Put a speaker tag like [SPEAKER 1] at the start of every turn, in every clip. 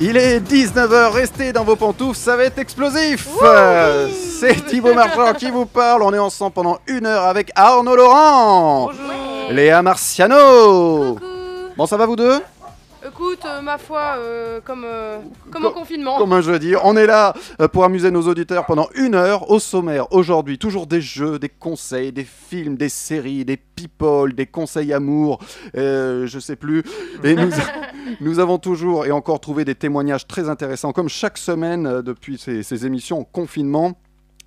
[SPEAKER 1] Il est 19h, restez dans vos pantoufles, ça va être explosif Euh, C'est Thibaut Marchand qui vous parle, on est ensemble pendant une heure avec Arnaud Laurent Léa Marciano Bon ça va vous deux
[SPEAKER 2] Écoute, euh, ma foi, euh, comme, euh, comme au
[SPEAKER 1] Co-
[SPEAKER 2] confinement.
[SPEAKER 1] Comme un jeudi, on est là euh, pour amuser nos auditeurs pendant une heure au sommaire. Aujourd'hui, toujours des jeux, des conseils, des films, des séries, des people, des conseils amour, euh, je sais plus. Et nous, nous avons toujours et encore trouvé des témoignages très intéressants, comme chaque semaine euh, depuis ces, ces émissions en confinement.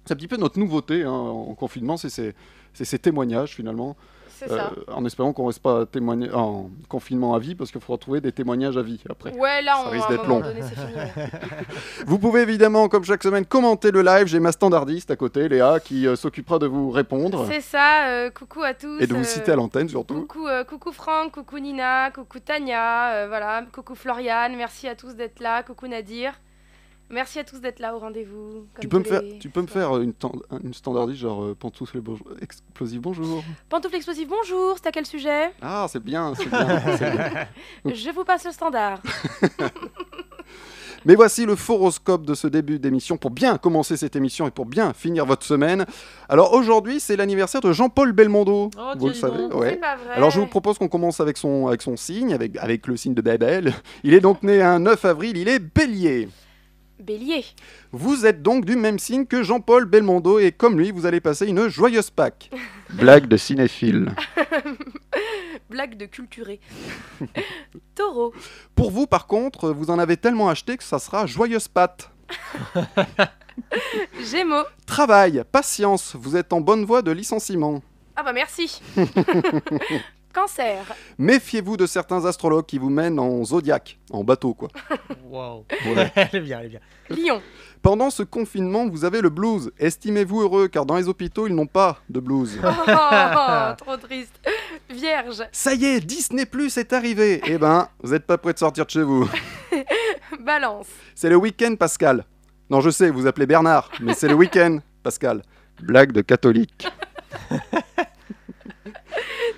[SPEAKER 1] C'est un petit peu notre nouveauté hein, en confinement, c'est ces, c'est ces témoignages finalement,
[SPEAKER 2] C'est
[SPEAKER 1] Euh,
[SPEAKER 2] ça.
[SPEAKER 1] en espérant qu'on reste pas témoigné- en confinement à vie, parce qu'il faudra trouver des témoignages à vie après.
[SPEAKER 2] Ouais, là,
[SPEAKER 1] ça
[SPEAKER 2] on,
[SPEAKER 1] risque
[SPEAKER 2] à un
[SPEAKER 1] d'être
[SPEAKER 2] moment
[SPEAKER 1] long.
[SPEAKER 2] donné, c'est fini. ouais.
[SPEAKER 1] Vous pouvez évidemment, comme chaque semaine, commenter le live. J'ai ma standardiste à côté, Léa, qui euh, s'occupera de vous répondre
[SPEAKER 2] c'est ça, euh, coucou à tous.
[SPEAKER 1] et de vous
[SPEAKER 2] euh,
[SPEAKER 1] citer à l'antenne surtout.
[SPEAKER 2] Coucou, euh, coucou Franck, coucou Nina, coucou Tania, euh, voilà, coucou Floriane, merci à tous d'être là, coucou Nadir. Merci à tous d'être là au rendez-vous. comme
[SPEAKER 1] Tu peux, me
[SPEAKER 2] tous
[SPEAKER 1] faire,
[SPEAKER 2] les-
[SPEAKER 1] tu peux me faire une, tan- une standardiste genre euh, pantoufles et bonjour, explosif bonjour.
[SPEAKER 2] Pantoufle explosive, bonjour, c'est à quel sujet
[SPEAKER 1] Ah, c'est bien, c'est bien. c'est bien. Oh.
[SPEAKER 2] Je vous passe le standard.
[SPEAKER 1] Mais voici le horoscope de ce début d'émission pour bien commencer cette émission et pour bien finir votre semaine. Alors aujourd'hui, c'est l'anniversaire de Jean-Paul Belmondo.
[SPEAKER 3] Oh,
[SPEAKER 1] vous le
[SPEAKER 3] dis
[SPEAKER 1] savez,
[SPEAKER 3] donc.
[SPEAKER 1] ouais.
[SPEAKER 2] C'est pas vrai.
[SPEAKER 1] Alors je vous propose qu'on commence avec son, avec son signe, avec, avec le signe de Babel. Il est donc né un 9 avril, il est bélier.
[SPEAKER 2] Bélier.
[SPEAKER 1] Vous êtes donc du même signe que Jean-Paul Belmondo et comme lui, vous allez passer une joyeuse Pâques. Blague de cinéphile.
[SPEAKER 2] Blague de culturé. Taureau.
[SPEAKER 1] Pour vous, par contre, vous en avez tellement acheté que ça sera joyeuse pâte.
[SPEAKER 2] Gémeaux.
[SPEAKER 1] Travail, patience, vous êtes en bonne voie de licenciement.
[SPEAKER 2] Ah bah merci. Cancer.
[SPEAKER 1] Méfiez-vous de certains astrologues qui vous mènent en zodiaque, en bateau quoi.
[SPEAKER 3] Wow.
[SPEAKER 1] Ouais.
[SPEAKER 3] elle est bien, elle est bien.
[SPEAKER 2] Lion.
[SPEAKER 1] Pendant ce confinement, vous avez le blues. Estimez-vous heureux car dans les hôpitaux, ils n'ont pas de blues.
[SPEAKER 2] Oh, trop triste. Vierge.
[SPEAKER 1] Ça y est, Disney Plus est arrivé. Eh ben, vous n'êtes pas prêt de sortir de chez vous.
[SPEAKER 2] Balance.
[SPEAKER 1] C'est le week-end, Pascal. Non, je sais, vous appelez Bernard, mais c'est le week-end, Pascal. Blague de catholique.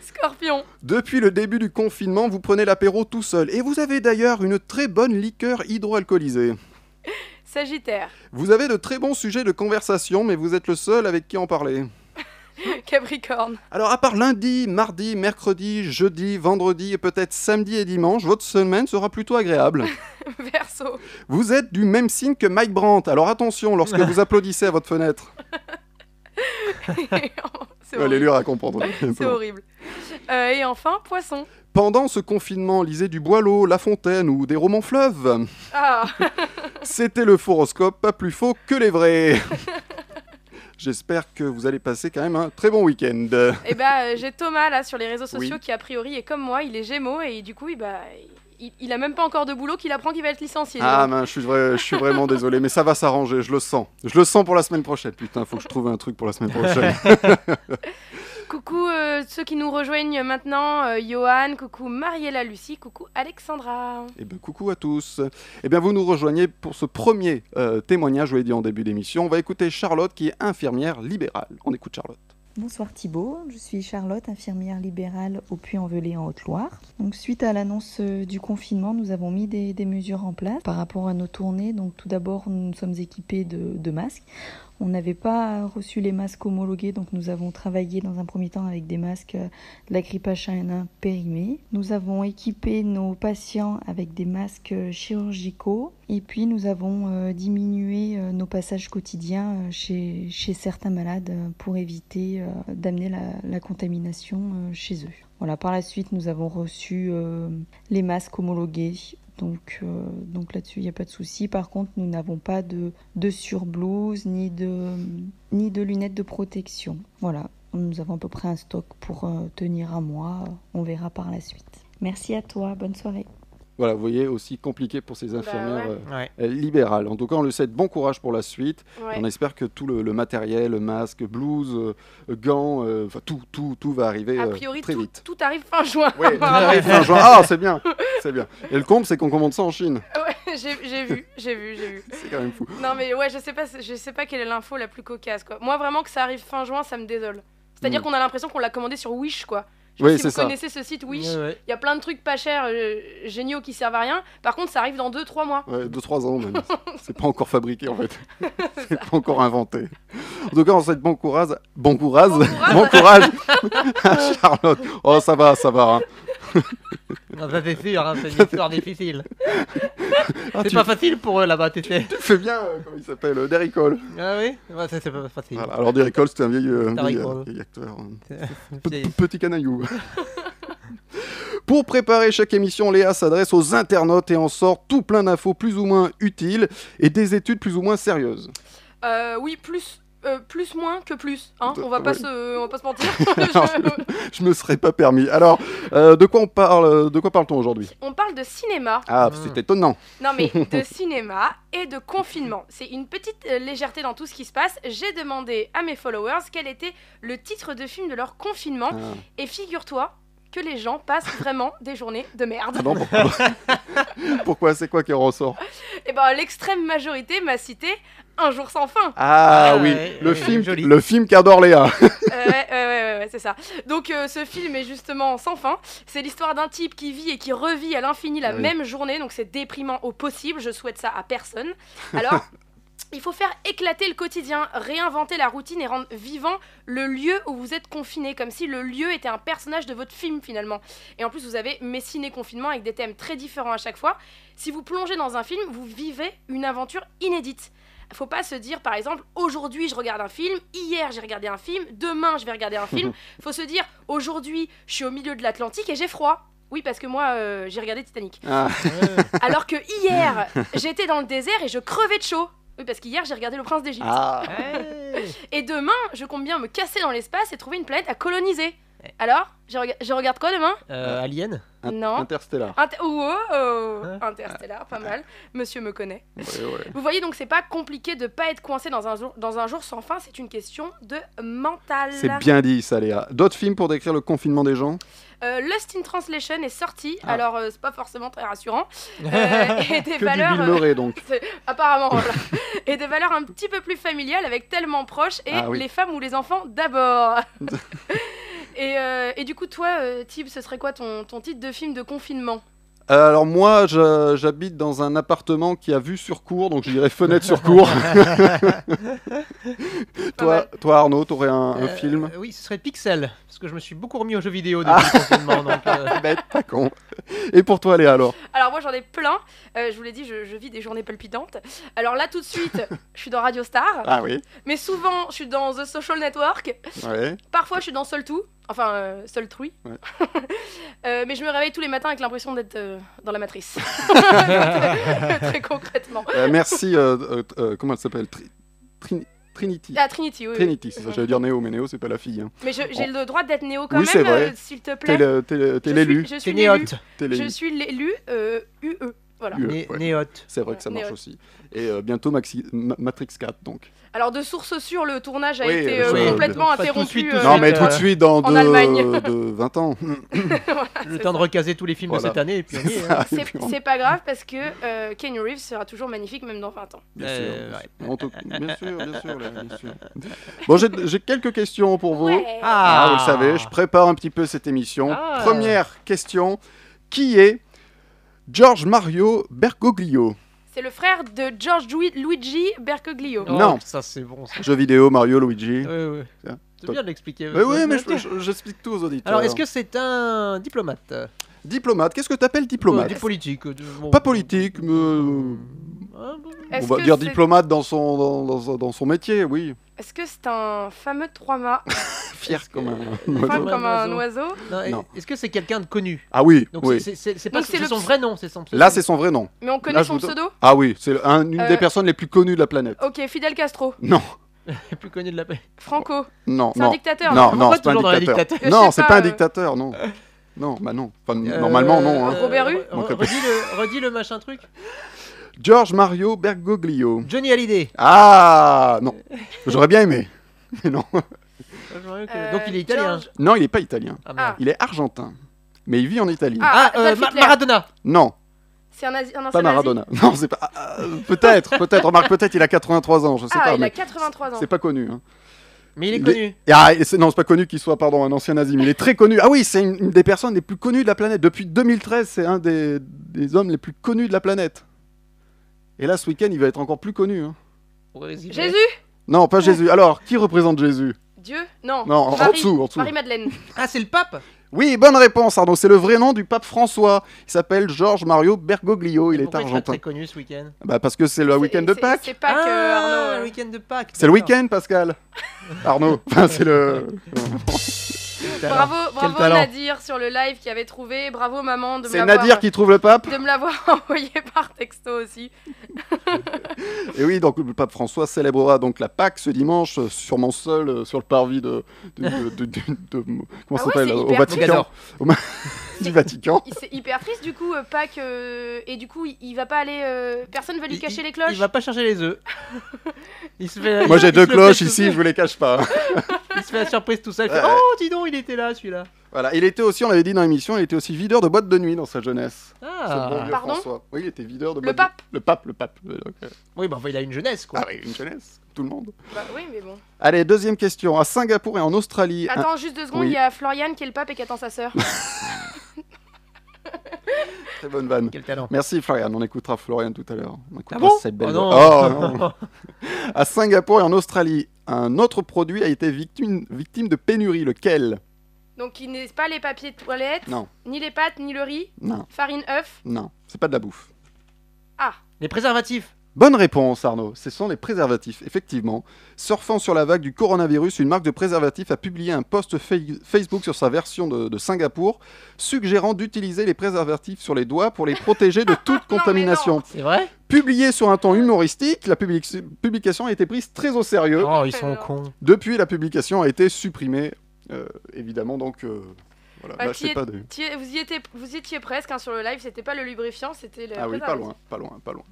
[SPEAKER 2] Scorpion.
[SPEAKER 1] Depuis le début du confinement, vous prenez l'apéro tout seul. Et vous avez d'ailleurs une très bonne liqueur hydroalcoolisée.
[SPEAKER 2] Sagittaire.
[SPEAKER 1] Vous avez de très bons sujets de conversation, mais vous êtes le seul avec qui en parler.
[SPEAKER 2] Capricorne.
[SPEAKER 1] Alors, à part lundi, mardi, mercredi, jeudi, vendredi et peut-être samedi et dimanche, votre semaine sera plutôt agréable.
[SPEAKER 2] Verseau.
[SPEAKER 1] Vous êtes du même signe que Mike Brandt, alors attention lorsque vous applaudissez à votre fenêtre.
[SPEAKER 2] C'est
[SPEAKER 1] Allez,
[SPEAKER 2] horrible.
[SPEAKER 1] lui à comprendre.
[SPEAKER 2] C'est horrible. Euh, et enfin, poisson.
[SPEAKER 1] Pendant ce confinement, lisez du Boileau, La Fontaine ou des romans fleuves.
[SPEAKER 2] Ah,
[SPEAKER 1] C'était le Foroscope, pas plus faux que les vrais. J'espère que vous allez passer quand même un très bon week-end.
[SPEAKER 2] et bah euh, j'ai Thomas là sur les réseaux sociaux
[SPEAKER 1] Oui.
[SPEAKER 2] qui a priori est comme moi, il est gémeaux et du coup, il, bah, il, il a même pas encore de boulot qu'il apprend qu'il va être licencié.
[SPEAKER 1] Ah mince, je suis, vrai- je suis vraiment désolé, mais ça va s'arranger, je le sens. Je le sens pour la semaine prochaine. Putain, faut que je trouve un truc pour la semaine prochaine.
[SPEAKER 2] Coucou euh, ceux qui nous rejoignent maintenant, euh, Johan, coucou Mariella Lucie, coucou Alexandra.
[SPEAKER 1] Eh bien, coucou à tous. Eh bien, vous nous rejoignez pour ce premier euh, témoignage, je vous l'ai dit en début d'émission. On va écouter Charlotte qui est infirmière libérale. On écoute Charlotte.
[SPEAKER 4] Bonsoir Thibault, je suis Charlotte, infirmière libérale au Puy-en-Velay en Haute-Loire. Donc suite à l'annonce euh, du confinement, nous avons mis des, des mesures en place par rapport à nos tournées. Donc tout d'abord, nous sommes équipés de, de masques. On n'avait pas reçu les masques homologués, donc nous avons travaillé dans un premier temps avec des masques euh, de la grippe H1N1 périmés. Nous avons équipé nos patients avec des masques euh, chirurgicaux et puis nous avons euh, diminué euh, nos passages quotidiens euh, chez, chez certains malades euh, pour éviter euh, d'amener la, la contamination euh, chez eux. Voilà, par la suite, nous avons reçu euh, les masques homologués. Donc, euh, donc là-dessus, il n'y a pas de souci. Par contre, nous n'avons pas de, de surblouse ni de, ni de lunettes de protection. Voilà, nous avons à peu près un stock pour euh, tenir un mois. On verra par la suite. Merci à toi, bonne soirée.
[SPEAKER 1] Voilà, vous voyez, aussi compliqué pour ces infirmières
[SPEAKER 2] Bah ouais.
[SPEAKER 3] Ouais.
[SPEAKER 1] euh, euh, libérales. En tout cas, on le souhaite bon courage pour la suite.
[SPEAKER 2] Ouais.
[SPEAKER 1] On espère que tout le, le matériel, le masque, blouse, euh, gants, euh, enfin tout, tout, tout va arriver
[SPEAKER 2] A
[SPEAKER 1] euh,
[SPEAKER 2] priori,
[SPEAKER 1] très
[SPEAKER 2] tout,
[SPEAKER 1] vite.
[SPEAKER 2] tout arrive fin juin.
[SPEAKER 1] Ouais, tout arrive fin juin. Ah, c'est bien, c'est bien. Et le compte, c'est qu'on commande ça en Chine.
[SPEAKER 2] Ouais, j'ai j'ai vu, j'ai vu, j'ai vu.
[SPEAKER 1] C'est quand même fou.
[SPEAKER 2] Non mais ouais, je sais pas, je sais pas quelle est l'info la plus cocasse quoi. Moi vraiment que ça arrive fin juin, ça me désole. C'est-à-dire
[SPEAKER 1] Mm.
[SPEAKER 2] qu'on a l'impression qu'on l'a commandé sur Wish quoi. Je sais
[SPEAKER 1] Oui,
[SPEAKER 2] pas si
[SPEAKER 1] c'est
[SPEAKER 2] vous
[SPEAKER 1] ça.
[SPEAKER 2] connaissez ce site Wish.
[SPEAKER 3] Ouais, ouais.
[SPEAKER 2] Il y a plein de trucs pas chers, euh, géniaux qui servent à rien. Par contre, ça arrive dans 2-3 mois.
[SPEAKER 1] Ouais, 2-3 ans même. C'est pas encore fabriqué en fait. C'est pas encore inventé. En tout cas, on souhaite bon courage. Bon courage
[SPEAKER 2] Bon courage.
[SPEAKER 1] Bon courage à Charlotte. Oh, ça va, ça va. hein.
[SPEAKER 3] Ah, ça c'est sûr, hein, c'est une histoire difficile.
[SPEAKER 1] Ah,
[SPEAKER 3] C'est
[SPEAKER 1] tu,
[SPEAKER 3] pas facile pour eux là-bas, tu sais.
[SPEAKER 1] tu fais bien, euh, comment il s'appelle euh, Derrick Hall.
[SPEAKER 3] Ah oui Ouais, ça c'est pas facile.
[SPEAKER 1] Voilà, Alors, Derrick Hall, c'était un vieil, euh, vieil,
[SPEAKER 3] Derrick
[SPEAKER 1] euh,
[SPEAKER 3] Hall.
[SPEAKER 1] vieil acteur. hein. P-
[SPEAKER 3] Vieille-
[SPEAKER 1] p- Petit canaillou. Pour préparer chaque émission, Léa s'adresse aux internautes et en sort tout plein d'infos plus ou moins utiles et des études plus ou moins sérieuses.
[SPEAKER 2] Euh, oui, plus. euh, plus moins que plus, hein on va
[SPEAKER 1] Ouais.
[SPEAKER 2] pas se, on va pas se mentir.
[SPEAKER 1] Non,
[SPEAKER 2] Je-
[SPEAKER 1] Je me serais pas permis. Alors, euh, de quoi on parle De quoi parle-t-on aujourd'hui
[SPEAKER 2] On parle de cinéma,
[SPEAKER 1] Ah,
[SPEAKER 3] Ah.
[SPEAKER 1] c'est
[SPEAKER 2] Hmm.
[SPEAKER 1] étonnant.
[SPEAKER 2] non mais de cinéma et de confinement. C'est une petite euh, légèreté dans tout ce qui se passe. J'ai demandé à mes followers quel était le titre de film de leur confinement
[SPEAKER 1] Ah.
[SPEAKER 2] et figure-toi que les gens passent vraiment des journées de merde.
[SPEAKER 1] Ah non, pourquoi Pourquoi C'est quoi qui ressort
[SPEAKER 2] Et ben l'extrême majorité m'a cité Un jour sans fin.
[SPEAKER 1] Ah
[SPEAKER 3] Ah,
[SPEAKER 1] oui,
[SPEAKER 3] ouais,
[SPEAKER 1] le,
[SPEAKER 3] ouais,
[SPEAKER 1] film,
[SPEAKER 3] joli.
[SPEAKER 1] le film qu'adore Léa.
[SPEAKER 2] Euh, ouais, ouais, ouais, ouais, ouais, c'est ça. Donc euh, ce film est justement sans fin. C'est l'histoire d'un type qui vit et qui revit à l'infini la
[SPEAKER 1] Ah oui.
[SPEAKER 2] même journée, donc c'est déprimant au possible. Je souhaite ça à personne. Alors. Il faut faire éclater le quotidien, réinventer la routine et rendre vivant le lieu où vous êtes confiné, comme si le lieu était un personnage de votre film finalement. Et en plus, vous avez mes ciné-confinements avec des thèmes très différents à chaque fois. Si vous plongez dans un film, vous vivez une aventure inédite. Faut pas se dire, par exemple, aujourd'hui je regarde un film, hier j'ai regardé un film, demain je vais regarder un film. Faut se dire, aujourd'hui je suis au milieu de l'Atlantique et j'ai froid. Oui, parce que moi euh, j'ai regardé Titanic.
[SPEAKER 1] Ah,
[SPEAKER 3] Ouais.
[SPEAKER 2] Alors que hier j'étais dans le désert et je crevais de chaud. Oui, parce qu'hier j'ai regardé Le Prince d'Égypte.
[SPEAKER 1] ah.
[SPEAKER 3] Ouais.
[SPEAKER 2] Et demain je compte bien me casser dans l'espace et trouver une planète à coloniser. Alors, je, rega- je regarde quoi demain
[SPEAKER 3] Euh, Alien
[SPEAKER 1] Int-
[SPEAKER 2] Non.
[SPEAKER 1] Interstellar.
[SPEAKER 2] Inter- oh, oh,
[SPEAKER 3] Hein
[SPEAKER 2] Interstellar, pas mal. Monsieur me connaît.
[SPEAKER 1] Ouais, ouais.
[SPEAKER 2] Vous voyez donc c'est pas compliqué de pas être coincé dans un jour, dans un jour sans fin, c'est une question de mental.
[SPEAKER 1] C'est bien dit ça Léa. D'autres films pour décrire le confinement des gens
[SPEAKER 2] Euh, Lost in Translation est sorti,
[SPEAKER 1] Ah.
[SPEAKER 2] alors euh, c'est pas forcément très rassurant. Euh, et des
[SPEAKER 1] Que
[SPEAKER 2] valeurs
[SPEAKER 1] du Bill
[SPEAKER 2] euh,
[SPEAKER 1] Murray donc.
[SPEAKER 2] apparemment voilà. et des valeurs un petit peu plus familiales avec tellement proches et
[SPEAKER 1] Ah oui.
[SPEAKER 2] les femmes ou les enfants d'abord. et, euh, et du coup toi euh, Tib, ce serait quoi ton, ton titre de film de confinement
[SPEAKER 1] Euh, alors moi je- j'habite dans un appartement qui a vue sur cour donc je dirais fenêtre sur cour. toi, toi Arnaud, t'aurais un, un
[SPEAKER 3] Euh,
[SPEAKER 1] film Ah.
[SPEAKER 3] Oui, ce serait Pixel, parce que je me suis beaucoup remis aux jeux vidéo depuis le confinement, donc... euh,
[SPEAKER 1] Bête, pas con. Et pour toi Léa alors
[SPEAKER 2] Alors moi j'en ai plein. Euh, je vous l'ai dit, je, je vis des journées palpitantes. Alors là tout de suite, je suis dans Radio Star,
[SPEAKER 1] Ah oui.
[SPEAKER 2] mais souvent je suis dans The Social Network.
[SPEAKER 1] Ouais.
[SPEAKER 2] Parfois, je suis dans Seul Tout, enfin euh, Seul Trui.
[SPEAKER 1] Ouais.
[SPEAKER 2] Euh, mais je me réveille tous les matins avec l'impression d'être euh, dans la matrice. très, très concrètement.
[SPEAKER 1] Euh, merci. euh, euh, euh, comment elle s'appelle Tri- Trini- Trinity.
[SPEAKER 2] La Ah, Trinity, oui. oui.
[SPEAKER 1] Trinity, c'est ça, j'allais dire Néo, mais Néo, c'est pas la fille. hein.
[SPEAKER 2] Mais je- j'ai le droit d'être néo quand
[SPEAKER 1] Oui, c'est
[SPEAKER 2] même,
[SPEAKER 1] vrai.
[SPEAKER 2] euh, s'il te
[SPEAKER 1] T'es
[SPEAKER 2] plaît.
[SPEAKER 1] le- t'es le-
[SPEAKER 2] Je
[SPEAKER 1] t'es
[SPEAKER 2] suis-
[SPEAKER 1] l'élu.
[SPEAKER 2] Je suis
[SPEAKER 3] C'est
[SPEAKER 2] l'élu.
[SPEAKER 3] Néote
[SPEAKER 1] T'es
[SPEAKER 2] Je
[SPEAKER 1] l'élu.
[SPEAKER 2] suis l'élu euh, UE. Voilà.
[SPEAKER 1] UE.
[SPEAKER 3] Né-
[SPEAKER 1] E, Ouais.
[SPEAKER 3] Néote.
[SPEAKER 1] C'est vrai que ça
[SPEAKER 2] Néo.
[SPEAKER 1] marche aussi. Et euh, bientôt Maxi- Ma- Matrix 4, donc.
[SPEAKER 2] Alors, de source sûre, le tournage a
[SPEAKER 1] Oui,
[SPEAKER 2] été
[SPEAKER 1] euh,
[SPEAKER 2] euh,
[SPEAKER 1] oui,
[SPEAKER 2] complètement
[SPEAKER 3] donc, pas tout de
[SPEAKER 2] interrompu.
[SPEAKER 3] suite, tout
[SPEAKER 2] euh,
[SPEAKER 3] de
[SPEAKER 1] Non,
[SPEAKER 3] suite.
[SPEAKER 1] mais tout de
[SPEAKER 3] euh,
[SPEAKER 1] suite, dans
[SPEAKER 2] en
[SPEAKER 1] de,
[SPEAKER 2] Allemagne.
[SPEAKER 1] de 20 ans.
[SPEAKER 3] Le temps de recaser tous les films de
[SPEAKER 1] Voilà.
[SPEAKER 3] cette année, et puis on y est, hein.
[SPEAKER 1] Ah, et
[SPEAKER 2] euh, C'est
[SPEAKER 1] puis on-
[SPEAKER 2] c'est pas grave parce que euh, Keanu Reeves sera toujours magnifique même dans 20 ans.
[SPEAKER 1] Bien sûr,
[SPEAKER 3] Euh, ouais.
[SPEAKER 1] On te- bien sûr, bien sûr, là, bien sûr. Bon, j'ai j'ai quelques questions pour vous.
[SPEAKER 2] Ouais.
[SPEAKER 1] Ah, vous le savez, je prépare un petit peu cette émission.
[SPEAKER 3] Ah.
[SPEAKER 1] Première question qui est George Mario Bergoglio
[SPEAKER 2] C'est le frère de George Dui- Luigi Bergoglio.
[SPEAKER 3] Oh,
[SPEAKER 1] Non.
[SPEAKER 3] Ça, c'est bon, ça.
[SPEAKER 1] Jeu vidéo, Mario, Luigi.
[SPEAKER 3] Ouais, ouais.
[SPEAKER 1] Tiens,
[SPEAKER 3] C'est
[SPEAKER 1] toi-
[SPEAKER 3] bien de l'expliquer.
[SPEAKER 1] Mais oui,
[SPEAKER 3] ça-
[SPEAKER 1] mais je- je- j'explique tout aux auditeurs.
[SPEAKER 3] Alors, est-ce que c'est un diplomate euh,
[SPEAKER 1] Diplomate, qu'est-ce que t'appelles
[SPEAKER 3] euh,
[SPEAKER 1] diplomate
[SPEAKER 3] Du politique euh, du- bon.
[SPEAKER 1] Pas politique, mais. euh,
[SPEAKER 3] Ah, bon.
[SPEAKER 1] On
[SPEAKER 2] Est-ce
[SPEAKER 1] va
[SPEAKER 2] que
[SPEAKER 1] dire
[SPEAKER 2] c'est-
[SPEAKER 1] diplomate dans son, dans, dans- dans son métier, oui.
[SPEAKER 2] Est-ce que c'est un fameux trois-mâts,
[SPEAKER 1] Fier
[SPEAKER 3] Est-ce que-
[SPEAKER 1] comme un.
[SPEAKER 2] fin
[SPEAKER 1] oiseau.
[SPEAKER 3] Ouais,
[SPEAKER 2] comme
[SPEAKER 3] un
[SPEAKER 2] un oiseau
[SPEAKER 3] Non,
[SPEAKER 1] Non.
[SPEAKER 3] Est-ce que c'est quelqu'un de connu
[SPEAKER 1] Ah oui,
[SPEAKER 3] Donc,
[SPEAKER 1] oui.
[SPEAKER 3] c'est- c'est c'est pas
[SPEAKER 2] Donc, c'est
[SPEAKER 3] c'est
[SPEAKER 2] le
[SPEAKER 3] son
[SPEAKER 2] psy-
[SPEAKER 3] vrai nom, c'est son pseudo.
[SPEAKER 1] Là, c'est son vrai nom.
[SPEAKER 2] Mais on connaît
[SPEAKER 1] Là, je
[SPEAKER 2] son
[SPEAKER 1] vous donne-
[SPEAKER 2] pseudo
[SPEAKER 1] Ah oui, c'est un- une des
[SPEAKER 2] Euh,
[SPEAKER 1] personnes les plus connues de la planète.
[SPEAKER 2] Ok, Fidel Castro,
[SPEAKER 1] Non,
[SPEAKER 3] le plus connu de la paix.
[SPEAKER 2] Franco,
[SPEAKER 1] non,
[SPEAKER 2] c'est un
[SPEAKER 1] non.
[SPEAKER 2] dictateur.
[SPEAKER 1] Non,
[SPEAKER 3] Pourquoi
[SPEAKER 1] non, c'est pas
[SPEAKER 3] toujours dans
[SPEAKER 1] un
[SPEAKER 3] la
[SPEAKER 1] dictateur.
[SPEAKER 3] dictature
[SPEAKER 2] Je
[SPEAKER 1] Non,
[SPEAKER 2] sais
[SPEAKER 1] c'est
[SPEAKER 2] pas,
[SPEAKER 1] pas un
[SPEAKER 2] euh.
[SPEAKER 1] dictateur, non. Non, bah non. Enfin, normalement, non. hein.
[SPEAKER 3] Euh,
[SPEAKER 2] Robert Hue
[SPEAKER 3] re-
[SPEAKER 1] Donc,
[SPEAKER 3] re- redis, le, redis le machin truc.
[SPEAKER 1] George Mario Bergoglio.
[SPEAKER 3] Johnny Hallyday.
[SPEAKER 1] Ah non, j'aurais bien aimé. Mais non.
[SPEAKER 2] Euh,
[SPEAKER 3] Donc il est italien.
[SPEAKER 2] George-
[SPEAKER 1] Non, il est pas italien.
[SPEAKER 3] Ah, merde.
[SPEAKER 1] Il est argentin. Mais il vit en Italie.
[SPEAKER 2] Ah,
[SPEAKER 3] Ah, euh,
[SPEAKER 2] Adolf
[SPEAKER 3] Ma-
[SPEAKER 2] Hitler.
[SPEAKER 3] Maradona.
[SPEAKER 1] Non,
[SPEAKER 2] C'est un, asi- un ancien
[SPEAKER 1] pas
[SPEAKER 2] nazi.
[SPEAKER 1] Maradona. Non, c'est pas. ah, euh, peut-être, peut-être. Remarque, peut-être il a 83 ans, je sais
[SPEAKER 2] Ah,
[SPEAKER 1] pas.
[SPEAKER 2] il a
[SPEAKER 1] mais
[SPEAKER 2] 83 ans.
[SPEAKER 1] C'est pas connu. hein.
[SPEAKER 3] Mais il est
[SPEAKER 1] Il est-
[SPEAKER 3] connu.
[SPEAKER 1] Et ah, et c'est- non, c'est pas connu qu'il soit, pardon, un ancien nazi, mais il est très connu. Ah oui, c'est une, une des personnes les plus connues de la planète. Depuis 2013, c'est un des, des hommes les plus connus de la planète. Et là, ce week-end, il va être encore plus connu. hein.
[SPEAKER 3] Brésilien.
[SPEAKER 2] Jésus
[SPEAKER 1] Non, pas Jésus. Alors, qui représente Jésus
[SPEAKER 2] Dieu Non.
[SPEAKER 1] Non, en, en
[SPEAKER 2] Marie.
[SPEAKER 1] dessous, en dessous.
[SPEAKER 2] Marie-Madeleine.
[SPEAKER 3] Ah, c'est le pape
[SPEAKER 1] Oui, bonne réponse, Arnaud. C'est le vrai nom du pape François. Il s'appelle Georges Mario Bergoglio. Il est
[SPEAKER 3] Pourquoi serait
[SPEAKER 1] argentin.
[SPEAKER 3] très connu ce week-end.
[SPEAKER 1] Bah, parce que c'est le
[SPEAKER 2] C'est-
[SPEAKER 1] week-end de
[SPEAKER 2] c'est-
[SPEAKER 1] Pâques.
[SPEAKER 2] C'est Pâques, euh,
[SPEAKER 3] Ah,
[SPEAKER 2] Arnaud.
[SPEAKER 3] le week-end de Pâques.
[SPEAKER 1] C'est le
[SPEAKER 3] d'accord.
[SPEAKER 1] week-end, Pascal. Arnaud. Enfin, c'est le.
[SPEAKER 2] Bravo,
[SPEAKER 3] Quel
[SPEAKER 2] bravo
[SPEAKER 3] talent.
[SPEAKER 2] Nadir sur le live qui avait trouvé. Bravo maman de me
[SPEAKER 1] C'est
[SPEAKER 2] l'avoir-
[SPEAKER 1] Nadir qui trouve le pape.
[SPEAKER 2] de me l'avoir envoyé par texto aussi.
[SPEAKER 1] Et oui, donc le pape François célébrera donc la Pâque ce dimanche, euh, sûrement seul euh, sur le parvis de, de, de- de- de- de- comment
[SPEAKER 2] Ah
[SPEAKER 1] ça
[SPEAKER 2] ouais,
[SPEAKER 1] s'appelle euh,
[SPEAKER 2] c'est
[SPEAKER 1] au
[SPEAKER 2] hyper
[SPEAKER 1] Vatican,
[SPEAKER 3] Mogador.
[SPEAKER 1] du Vatican.
[SPEAKER 2] Il- C'est hyper triste du coup, euh, Pâques. euh, et du coup, il, il va pas aller. euh, personne va lui
[SPEAKER 3] Il-
[SPEAKER 2] cacher
[SPEAKER 3] il-
[SPEAKER 2] les cloches.
[SPEAKER 3] Il va pas chercher les œufs. Il se fait-
[SPEAKER 1] Moi
[SPEAKER 3] il
[SPEAKER 1] j'ai
[SPEAKER 3] se
[SPEAKER 1] deux
[SPEAKER 3] le fait
[SPEAKER 1] cloches
[SPEAKER 3] tout
[SPEAKER 1] ici,
[SPEAKER 3] seul.
[SPEAKER 1] je vous les cache pas.
[SPEAKER 3] Il se fait la surprise tout seul. Il fait,
[SPEAKER 1] Ouais.
[SPEAKER 3] oh, dis donc, il était là, celui-là.
[SPEAKER 1] Voilà, il était aussi, on l'avait dit dans l'émission, il était aussi videur de boîte de nuit dans sa jeunesse. Ce bon
[SPEAKER 3] Ah.
[SPEAKER 1] vieux
[SPEAKER 2] Pardon
[SPEAKER 1] François. Oui, il était videur de
[SPEAKER 2] Le
[SPEAKER 1] boîte de-
[SPEAKER 2] pape
[SPEAKER 1] Le pape, le pape. euh, donc, euh,
[SPEAKER 3] Oui, bah, enfin, il a une jeunesse, quoi.
[SPEAKER 1] Ah oui, une jeunesse, tout le monde.
[SPEAKER 2] Bah oui, mais bon.
[SPEAKER 1] Allez, deuxième question. À Singapour et en Australie, un-
[SPEAKER 2] Attends, juste deux secondes,
[SPEAKER 1] ah, oui.
[SPEAKER 2] il y a Floriane qui est le pape et qui attend sa sœur.
[SPEAKER 1] très bonne vanne.
[SPEAKER 3] Quel talent.
[SPEAKER 1] Merci Florian, on écoutera Florian tout à l'heure. On écoutera
[SPEAKER 3] Ah bon
[SPEAKER 1] cette belle
[SPEAKER 3] Oh
[SPEAKER 1] voix. Oh, non.
[SPEAKER 3] non.
[SPEAKER 1] À Singapour et en Australie, un autre produit a été victime, victime de pénurie. Lequel
[SPEAKER 2] Donc, il n'est pas les papiers de toilette,
[SPEAKER 1] Non.
[SPEAKER 2] ni les pâtes, ni le riz,
[SPEAKER 1] Non,
[SPEAKER 2] farine, œuf.
[SPEAKER 1] non, c'est pas de la bouffe.
[SPEAKER 2] Ah,
[SPEAKER 3] Les préservatifs.
[SPEAKER 1] Bonne réponse, Arnaud. Ce sont les préservatifs, effectivement. Surfant sur la vague du coronavirus, une marque de préservatifs a publié un post fei- Facebook sur sa version de, de Singapour, suggérant d'utiliser les préservatifs sur les doigts pour les protéger de toute
[SPEAKER 2] mais non.
[SPEAKER 1] contamination.
[SPEAKER 3] C'est vrai
[SPEAKER 1] Publiée sur un ton humoristique, la public- publication a été prise très au sérieux.
[SPEAKER 3] Oh, ils sont
[SPEAKER 2] alors.
[SPEAKER 3] cons.
[SPEAKER 1] Depuis, la publication a été supprimée. Euh, évidemment, donc. euh, voilà,
[SPEAKER 2] Bah,
[SPEAKER 1] Là,
[SPEAKER 2] qui
[SPEAKER 1] je sais
[SPEAKER 2] est-
[SPEAKER 1] pas de-
[SPEAKER 2] t'y es- vous, y étiez, vous y étiez presque hein, sur le live, c'était pas le lubrifiant, c'était le.
[SPEAKER 1] Ah oui, pas
[SPEAKER 2] préservatif.
[SPEAKER 1] loin, pas loin, pas loin.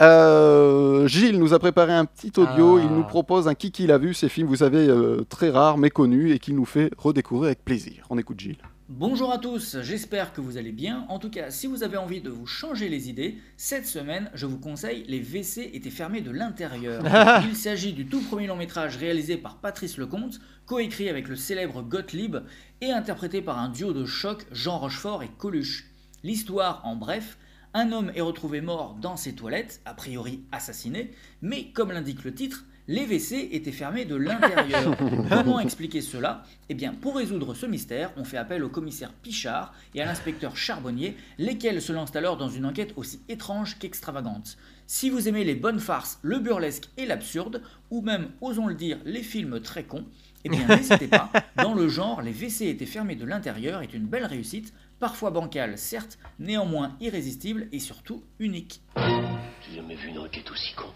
[SPEAKER 1] Euh, Gilles nous a préparé un petit audio.
[SPEAKER 3] Ah.
[SPEAKER 1] Il nous propose un qui qu'il a vu, ces films, vous savez, euh, très rares, méconnus, et qu'il nous fait redécouvrir avec plaisir. On écoute Gilles.
[SPEAKER 5] Bonjour à tous, j'espère que vous allez bien. En tout cas, si vous avez envie de vous changer les idées, cette semaine, je vous conseille Les WC étaient fermés de l'intérieur. Il s'agit du tout premier long métrage réalisé par Patrice Lecomte, coécrit avec le célèbre Gottlieb et interprété par un duo de choc Jean Rochefort et Coluche. L'histoire, en bref, un homme est retrouvé mort dans ses toilettes, a priori assassiné, mais comme l'indique le titre, les WC étaient fermés de l'intérieur. Comment expliquer cela Eh bien, pour résoudre ce mystère, on fait appel au commissaire Pichard et à l'inspecteur Charbonnier, lesquels se lancent alors dans une enquête aussi étrange qu'extravagante. Si vous aimez les bonnes farces, le burlesque et l'absurde, ou même, osons le dire, les films très cons, eh bien, n'hésitez pas. Dans le genre, les WC étaient fermés de l'intérieur est une belle réussite, parfois bancale, certes, néanmoins irrésistible et surtout unique.
[SPEAKER 6] J'ai jamais vu une enquête aussi con.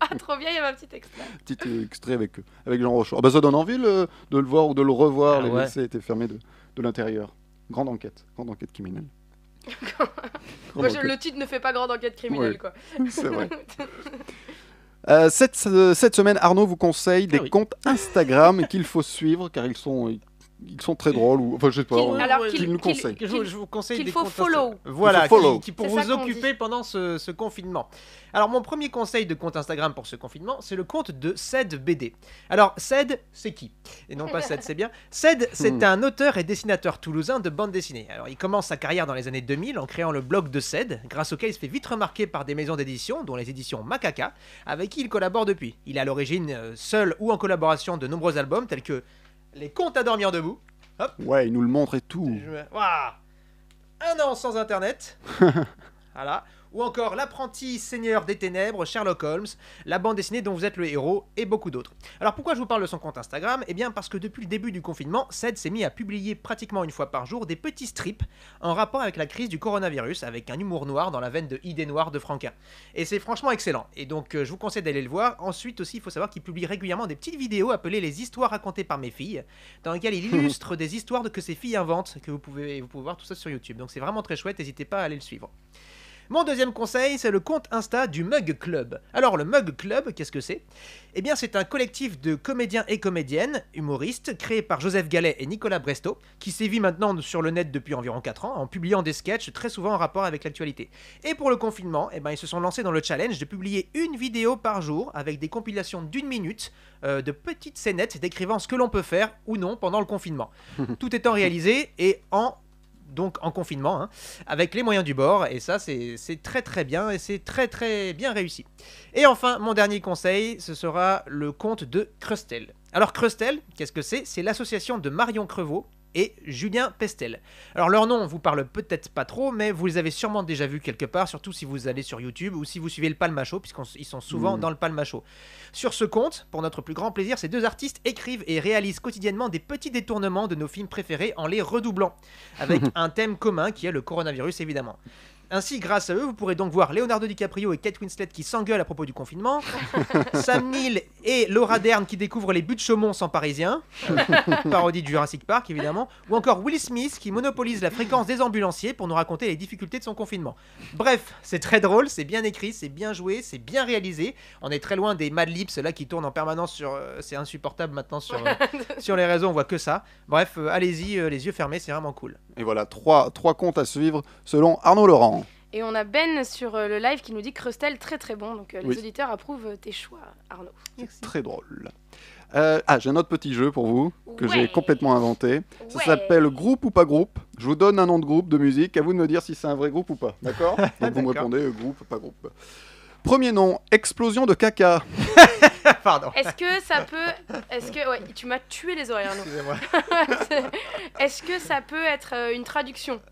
[SPEAKER 2] Ah, trop bien, il y a ma petite extra.
[SPEAKER 1] Petit euh, extrait avec, avec Jean Rochefort. Ah bah, ça donne envie le- de le voir ou de le revoir.
[SPEAKER 3] Ah
[SPEAKER 1] Les
[SPEAKER 3] ouais.
[SPEAKER 1] WC étaient fermés de, de l'intérieur. Grande enquête, grande enquête criminelle. Grande
[SPEAKER 2] Moi, je-
[SPEAKER 1] enquête.
[SPEAKER 2] le titre ne fait pas grande enquête criminelle,
[SPEAKER 1] Ouais.
[SPEAKER 2] quoi.
[SPEAKER 1] C'est vrai. Euh, cette, euh, cette semaine, Arnaud vous conseille des
[SPEAKER 3] Ah oui.
[SPEAKER 1] comptes Instagram qu'il faut suivre car ils sont, ils sont très drôles. Ou, enfin, je sais pas.
[SPEAKER 2] Qu'il-
[SPEAKER 1] on-
[SPEAKER 2] alors
[SPEAKER 1] qu'il nous conseille.
[SPEAKER 3] Je, vous- je vous conseille
[SPEAKER 2] qu'il
[SPEAKER 3] des
[SPEAKER 2] faut
[SPEAKER 3] comptes
[SPEAKER 2] follow.
[SPEAKER 3] Insta- Voilà,
[SPEAKER 1] Il faut follow.
[SPEAKER 3] qui, qui pour
[SPEAKER 2] C'est ça
[SPEAKER 3] vous
[SPEAKER 2] qu'on
[SPEAKER 3] occuper pendant ce, ce confinement. Alors mon premier conseil de compte Instagram pour ce confinement, c'est le compte de Ced BD. Alors Ced, c'est qui Et non pas Ced, c'est bien. Ced,
[SPEAKER 1] Hmm.
[SPEAKER 3] c'est un auteur et dessinateur toulousain de bande dessinée. Alors il commence sa carrière dans les années 2000 en créant le blog de Ced, grâce auquel il se fait vite remarquer par des maisons d'édition, dont les éditions Macaca, avec qui il collabore depuis. Il a à l'origine euh, seul ou en collaboration de nombreux albums tels que Les Contes à dormir debout.
[SPEAKER 1] Ouais, il nous le montre et tout.
[SPEAKER 3] Je me- Waouh Un an sans internet. voilà. Ou encore L'apprenti seigneur des ténèbres, Sherlock Holmes, la bande dessinée dont vous êtes le héros et beaucoup d'autres. Alors pourquoi je vous parle de son compte Instagram Eh bien parce que depuis le début du confinement, Ced s'est mis à publier pratiquement une fois par jour des petits strips en rapport avec la crise du coronavirus avec un humour noir dans la veine de Idée Noire de Franquin. Et c'est franchement excellent. Et donc euh, je vous conseille d'aller le voir. Ensuite aussi, il faut savoir qu'il publie régulièrement des petites vidéos appelées les histoires racontées par mes filles dans lesquelles il illustre des histoires de- que ses filles inventent que vous pouvez vous pouvez voir tout ça sur YouTube. Donc c'est vraiment très chouette, n'hésitez pas à aller le suivre. Mon deuxième conseil, c'est le compte Insta du Mug Club. Alors, le Mug Club, qu'est-ce que c'est Eh bien, c'est un collectif de comédiens et comédiennes, humoristes, créé par Joseph Gallet et Nicolas Bresto, qui sévit maintenant sur le net depuis environ 4 ans, en publiant des sketchs très souvent en rapport avec l'actualité. Et pour le confinement, eh ben, ils se sont lancés dans le challenge de publier une vidéo par jour avec des compilations d'une minute euh, de petites scénettes décrivant ce que l'on peut faire ou non pendant le confinement. Tout étant réalisé et en donc en confinement, hein, avec les moyens du bord, et ça c'est c'est très très bien, et c'est très très bien réussi. Et enfin, mon dernier conseil, ce sera le compte de Crustel. Alors Crustel, qu'est-ce que c'est C'est l'association de Marion Crevaux et Julien Pestel. Alors leur nom vous parle peut-être pas trop, mais vous les avez sûrement déjà vus quelque part, surtout si vous allez sur YouTube ou si vous suivez le Palmacho, puisqu'ils sont souvent
[SPEAKER 1] Mhm.
[SPEAKER 3] dans le Palmacho. Sur ce compte, pour notre plus grand plaisir, ces deux artistes écrivent et réalisent quotidiennement des petits détournements de nos films préférés en les redoublant, avec un thème commun qui est le coronavirus évidemment. Ainsi, grâce à eux, vous pourrez donc voir Leonardo DiCaprio et Kate Winslet qui s'engueulent à propos du confinement, Sam Neill et Laura Dern qui découvrent les buts de Chaumont sans parisien, euh, parodie du Jurassic Park évidemment, ou encore Will Smith qui monopolise la fréquence des ambulanciers pour nous raconter les difficultés de son confinement. Bref, c'est très drôle, c'est bien écrit, c'est bien joué, c'est bien réalisé. On est très loin des Mad Libs là qui tournent en permanence sur. euh, c'est insupportable maintenant sur, euh, sur les réseaux, on voit que ça. Bref, euh, allez-y, euh, les yeux fermés, c'est vraiment cool.
[SPEAKER 1] Et voilà, trois, trois comptes à suivre selon Arnaud Laurent.
[SPEAKER 2] Et on a Ben sur euh, le live qui nous dit Crustel très très bon, donc euh, les
[SPEAKER 1] Oui.
[SPEAKER 2] auditeurs approuvent euh, tes choix, Arnaud.
[SPEAKER 1] Très drôle. Euh, ah, j'ai un autre petit jeu pour vous que
[SPEAKER 2] Ouais.
[SPEAKER 1] j'ai complètement inventé. Ça
[SPEAKER 2] Ouais.
[SPEAKER 1] s'appelle groupe ou pas groupe. Je vous donne un nom de groupe de musique, à vous de me dire si c'est un vrai groupe ou pas. D'accord Donc vous me
[SPEAKER 3] D'accord.
[SPEAKER 1] répondez euh, groupe, pas groupe. Premier nom, explosion de caca.
[SPEAKER 3] Pardon.
[SPEAKER 2] Est-ce que ça peut. Est-ce que. Ouais, tu m'as tué les oreilles, Arnaud.
[SPEAKER 3] Excusez-moi.
[SPEAKER 2] Est-ce que ça peut être euh, une traduction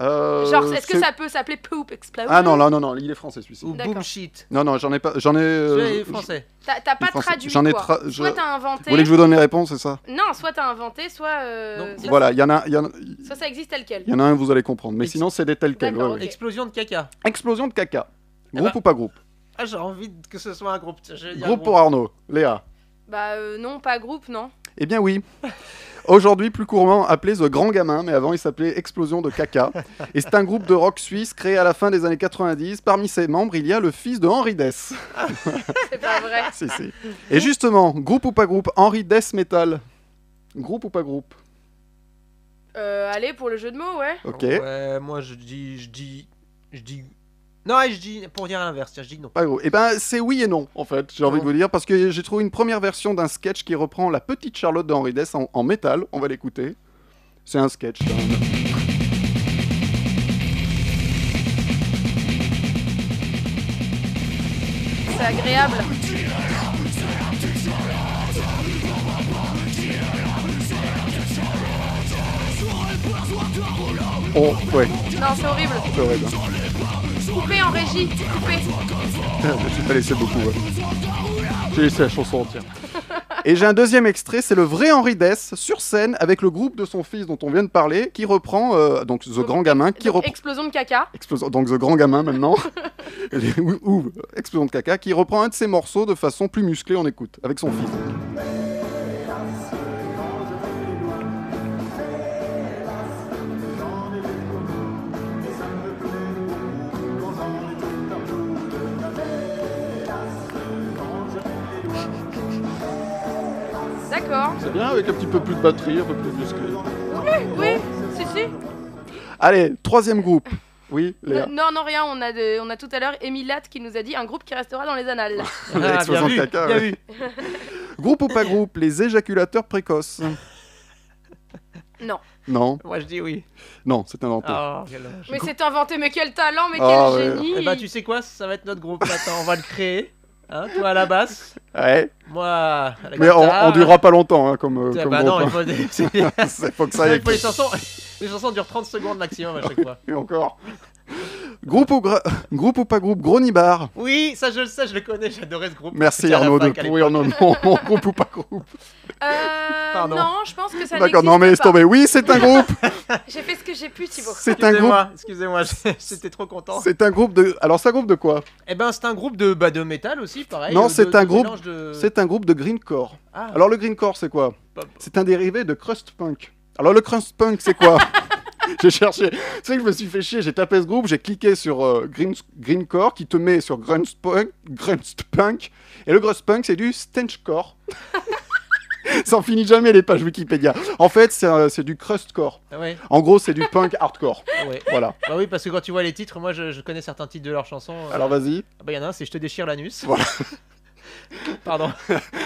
[SPEAKER 1] Euh,
[SPEAKER 2] Genre, est-ce que
[SPEAKER 1] c'est-
[SPEAKER 2] ça peut s'appeler Poop Explosion
[SPEAKER 1] Ah non, là, non, non, il est français celui-ci.
[SPEAKER 3] Ou boom
[SPEAKER 2] D'accord.
[SPEAKER 3] shit.
[SPEAKER 1] Non, non, j'en ai pas. J'en ai. euh,
[SPEAKER 3] Celui-là est
[SPEAKER 1] je-
[SPEAKER 3] français.
[SPEAKER 2] T'as t'as pas
[SPEAKER 1] Une française.
[SPEAKER 2] traduit.
[SPEAKER 1] J'en ai
[SPEAKER 2] quoi.
[SPEAKER 1] tra- je-
[SPEAKER 2] Soit t'as
[SPEAKER 1] Vous
[SPEAKER 2] inventé.
[SPEAKER 1] voulez que je vous donne les réponses, c'est ça
[SPEAKER 2] Non, soit t'as inventé, soit. euh,
[SPEAKER 3] Non.
[SPEAKER 2] soit-
[SPEAKER 1] Voilà, il y, en a- il y en a-
[SPEAKER 2] Soit ça existe tel quel.
[SPEAKER 1] il y en a un, vous allez comprendre. Mais
[SPEAKER 3] Ex-
[SPEAKER 1] sinon, c'est des tels quels.
[SPEAKER 2] D'accord,
[SPEAKER 1] ouais, ouais.
[SPEAKER 2] ok.
[SPEAKER 3] Explosion de caca.
[SPEAKER 1] Explosion de caca.
[SPEAKER 3] Eh
[SPEAKER 1] Groupe
[SPEAKER 3] ben-
[SPEAKER 1] ou pas groupe
[SPEAKER 3] Ah, j'ai envie de- que ce soit un groupe. Je vais dire
[SPEAKER 1] Groupe pour Arnaud. Léa.
[SPEAKER 2] Bah euh, non, pas groupe, non.
[SPEAKER 1] Eh bien oui. Aujourd'hui, plus couramment appelé The Grand Gamin, mais avant il s'appelait Explosion de Caca. Et c'est un groupe de rock suisse créé à la fin des années 90. Parmi ses membres, il y a le fils de Henri Dess.
[SPEAKER 2] C'est pas vrai.
[SPEAKER 1] Si, si. Et justement, groupe ou pas groupe, Henri Dess Metal. Groupe ou pas groupe
[SPEAKER 2] Euh, allez, pour le jeu de mots, ouais.
[SPEAKER 1] Ok.
[SPEAKER 3] Ouais, moi je dis. Je dis. Je dis. Non, ouais, je dis. Pour dire à l'inverse, tiens, je dis non.
[SPEAKER 1] Pas groupe. Eh ben c'est oui et non, en fait, j'ai envie de vous dire, parce que j'ai trouvé une première version d'un sketch qui reprend la petite Charlotte d'Henri Dess en, en métal. On va l'écouter. C'est un sketch. hein.
[SPEAKER 2] C'est agréable.
[SPEAKER 1] Oh, ouais,
[SPEAKER 2] Non, c'est horrible.
[SPEAKER 1] c'est vrai. hein.
[SPEAKER 2] Coupé en régie. Coupé.
[SPEAKER 1] J'ai pas laissé beaucoup. ouais. J'ai laissé la chanson entière. Et j'ai un deuxième extrait, c'est le vrai Henri Dess sur scène avec le groupe de son fils dont on vient de parler, qui reprend euh, donc The Grand Gamin, qui
[SPEAKER 2] Donc,
[SPEAKER 1] reprend
[SPEAKER 2] Explosion de caca.
[SPEAKER 1] Explosion- donc The Grand Gamin maintenant, ou, ou Explosion de caca, qui reprend un de ses morceaux de façon plus musclée en écoute avec son fils.
[SPEAKER 2] D'accord.
[SPEAKER 1] C'est bien avec un petit peu plus de batterie, un peu plus musclé.
[SPEAKER 2] Oui, si, si.
[SPEAKER 1] Allez, troisième groupe. Oui, Léa.
[SPEAKER 2] Euh, Non, non, rien. On a, de- on a tout à l'heure Émile Latte qui nous a dit un groupe qui restera dans les annales.
[SPEAKER 1] Explosion de
[SPEAKER 3] vu,
[SPEAKER 1] caca,
[SPEAKER 3] Ah, bien
[SPEAKER 1] ouais.
[SPEAKER 3] vu.
[SPEAKER 1] Groupe ou pas groupe, les éjaculateurs précoces.
[SPEAKER 2] Non.
[SPEAKER 1] Non,
[SPEAKER 3] Moi je dis oui.
[SPEAKER 1] non, c'est inventé.
[SPEAKER 3] Oh, quel dommage.
[SPEAKER 2] Mais c'est inventé, mais quel talent, mais quel
[SPEAKER 1] Ah, ouais.
[SPEAKER 2] génie
[SPEAKER 3] Eh bah, tu sais quoi, ça va être notre groupe. Attends, on va le créer. Hein, toi à la basse,
[SPEAKER 1] Ouais.
[SPEAKER 3] moi à la
[SPEAKER 1] Mais on,
[SPEAKER 3] guitare.
[SPEAKER 1] on durera pas longtemps hein, comme, euh,
[SPEAKER 3] Ah,
[SPEAKER 1] comme
[SPEAKER 3] bah non,
[SPEAKER 1] groupe,
[SPEAKER 3] il faut, des- c'est- il
[SPEAKER 1] hein. C'est- faut que ça aille
[SPEAKER 3] faut les chansons. Les chansons durent 30 secondes maximum à chaque fois.
[SPEAKER 1] et encore. groupe, ou gra- groupe ou pas groupe, Gronibar.
[SPEAKER 3] Oui, ça je le sais, je le connais, j'adorais ce groupe.
[SPEAKER 1] Merci
[SPEAKER 3] J'étais à la
[SPEAKER 1] Arnaud de
[SPEAKER 3] fac à
[SPEAKER 1] pourrir nos noms en groupe ou pas groupe.
[SPEAKER 2] Euh,
[SPEAKER 3] Pardon.
[SPEAKER 2] Non, je pense que ça
[SPEAKER 1] D'accord,
[SPEAKER 2] n'existe
[SPEAKER 1] non mais laisse
[SPEAKER 2] pas.
[SPEAKER 1] tomber. Oui, c'est un groupe.
[SPEAKER 2] J'ai fait ce que j'ai pu, Thibaut.
[SPEAKER 1] C'est un groupe.
[SPEAKER 3] Excusez-moi, Ah, excusez-moi, j'étais trop content.
[SPEAKER 1] C'est un groupe de. Alors c'est un groupe de quoi
[SPEAKER 3] Eh ben, c'est un groupe de, bah, de métal aussi, pareil.
[SPEAKER 1] Non,
[SPEAKER 3] euh,
[SPEAKER 1] c'est
[SPEAKER 3] de-
[SPEAKER 1] un
[SPEAKER 3] de
[SPEAKER 1] groupe-
[SPEAKER 3] mélange de-
[SPEAKER 1] C'est un groupe de greencore.
[SPEAKER 3] Ah, Bah,
[SPEAKER 1] Alors le greencore c'est quoi
[SPEAKER 3] Pop.
[SPEAKER 1] C'est un dérivé de crust punk. Alors le crust punk c'est quoi j'ai cherché. Tu sais que je me suis fait chier, j'ai tapé ce groupe, j'ai cliqué sur euh, Green, Greencore qui te met sur Grunspunk. Grunspunk et le Grunspunk, c'est du Stenchcore. Ça en finit jamais les pages Wikipédia. En fait, c'est euh, c'est du crustcore.
[SPEAKER 3] Ah ouais,
[SPEAKER 1] En gros, c'est du punk hardcore.
[SPEAKER 3] ah ouais.
[SPEAKER 1] Voilà.
[SPEAKER 3] Bah oui, parce que quand tu vois les titres, moi je, je connais certains titres de leurs chansons. euh,
[SPEAKER 1] Alors vas-y.
[SPEAKER 3] bah y en a un, c'est Je te déchire l'anus.
[SPEAKER 1] Voilà.
[SPEAKER 3] Pardon.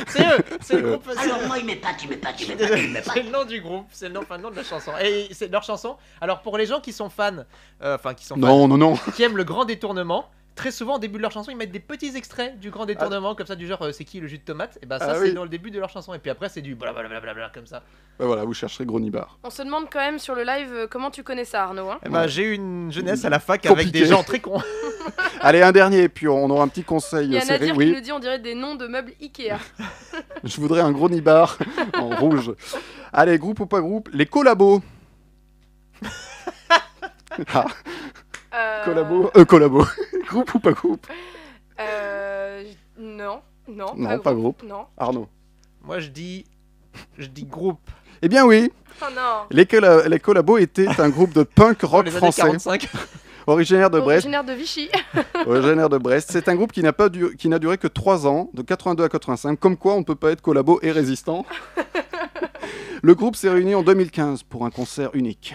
[SPEAKER 3] C'est eux, c'est
[SPEAKER 1] Euh.
[SPEAKER 3] le groupe. c'est-
[SPEAKER 6] Alors moi, il m'épate, il m'épate, il m'épate, il m'épate.
[SPEAKER 3] C'est le nom du groupe, c'est le nom, enfin, le nom de la chanson. Et c'est leur chanson. Alors pour les gens qui sont fans, euh, enfin qui sont
[SPEAKER 1] Non, non, non.
[SPEAKER 3] fans, qui aiment le grand détournement, très souvent au début de leur chanson, ils mettent des petits extraits du grand détournement, comme ça, du genre euh, c'est qui le jus de tomate Et bah ça,
[SPEAKER 1] Ah
[SPEAKER 3] c'est
[SPEAKER 1] oui.
[SPEAKER 3] dans le début de leur chanson. Et puis après, c'est du blablabla comme ça.
[SPEAKER 1] Bah voilà, vous chercherez Gronibar.
[SPEAKER 2] On se demande quand même sur le live euh, comment tu connais ça, Arnaud. hein.
[SPEAKER 3] Eh ben, j'ai eu une jeunesse à la fac avec
[SPEAKER 1] Compliqué.
[SPEAKER 3] des gens très cons.
[SPEAKER 1] Allez, un dernier, puis on aura un petit conseil
[SPEAKER 2] Il y a
[SPEAKER 1] euh, série.
[SPEAKER 2] Nadir qui
[SPEAKER 1] Oui,
[SPEAKER 2] nous dit on dirait des noms de meubles Ikea.
[SPEAKER 1] je voudrais un Gronibar en rouge. Allez, groupe ou pas groupe, les collabos. ah,
[SPEAKER 2] Euh,
[SPEAKER 1] collabos, euh, collabos. groupe ou pas groupe
[SPEAKER 2] euh, j- non, non.
[SPEAKER 1] Non, pas groupe.
[SPEAKER 2] Non.
[SPEAKER 1] Arnaud.
[SPEAKER 3] Moi, je dis, je dis groupe.
[SPEAKER 1] Eh bien oui,
[SPEAKER 2] Oh non.
[SPEAKER 1] les, colla- les collabos étaient un groupe de punk
[SPEAKER 3] Dans
[SPEAKER 1] rock
[SPEAKER 3] les années
[SPEAKER 1] français,
[SPEAKER 3] 45.
[SPEAKER 1] originaire de Brest.
[SPEAKER 2] Originaire de Vichy.
[SPEAKER 1] originaire de Brest. C'est un groupe qui n'a pas du- qui n'a duré que 3 ans, de 82 à 85, comme quoi on ne peut pas être collabo et résistant. Le groupe s'est réuni en 2015 pour un concert unique.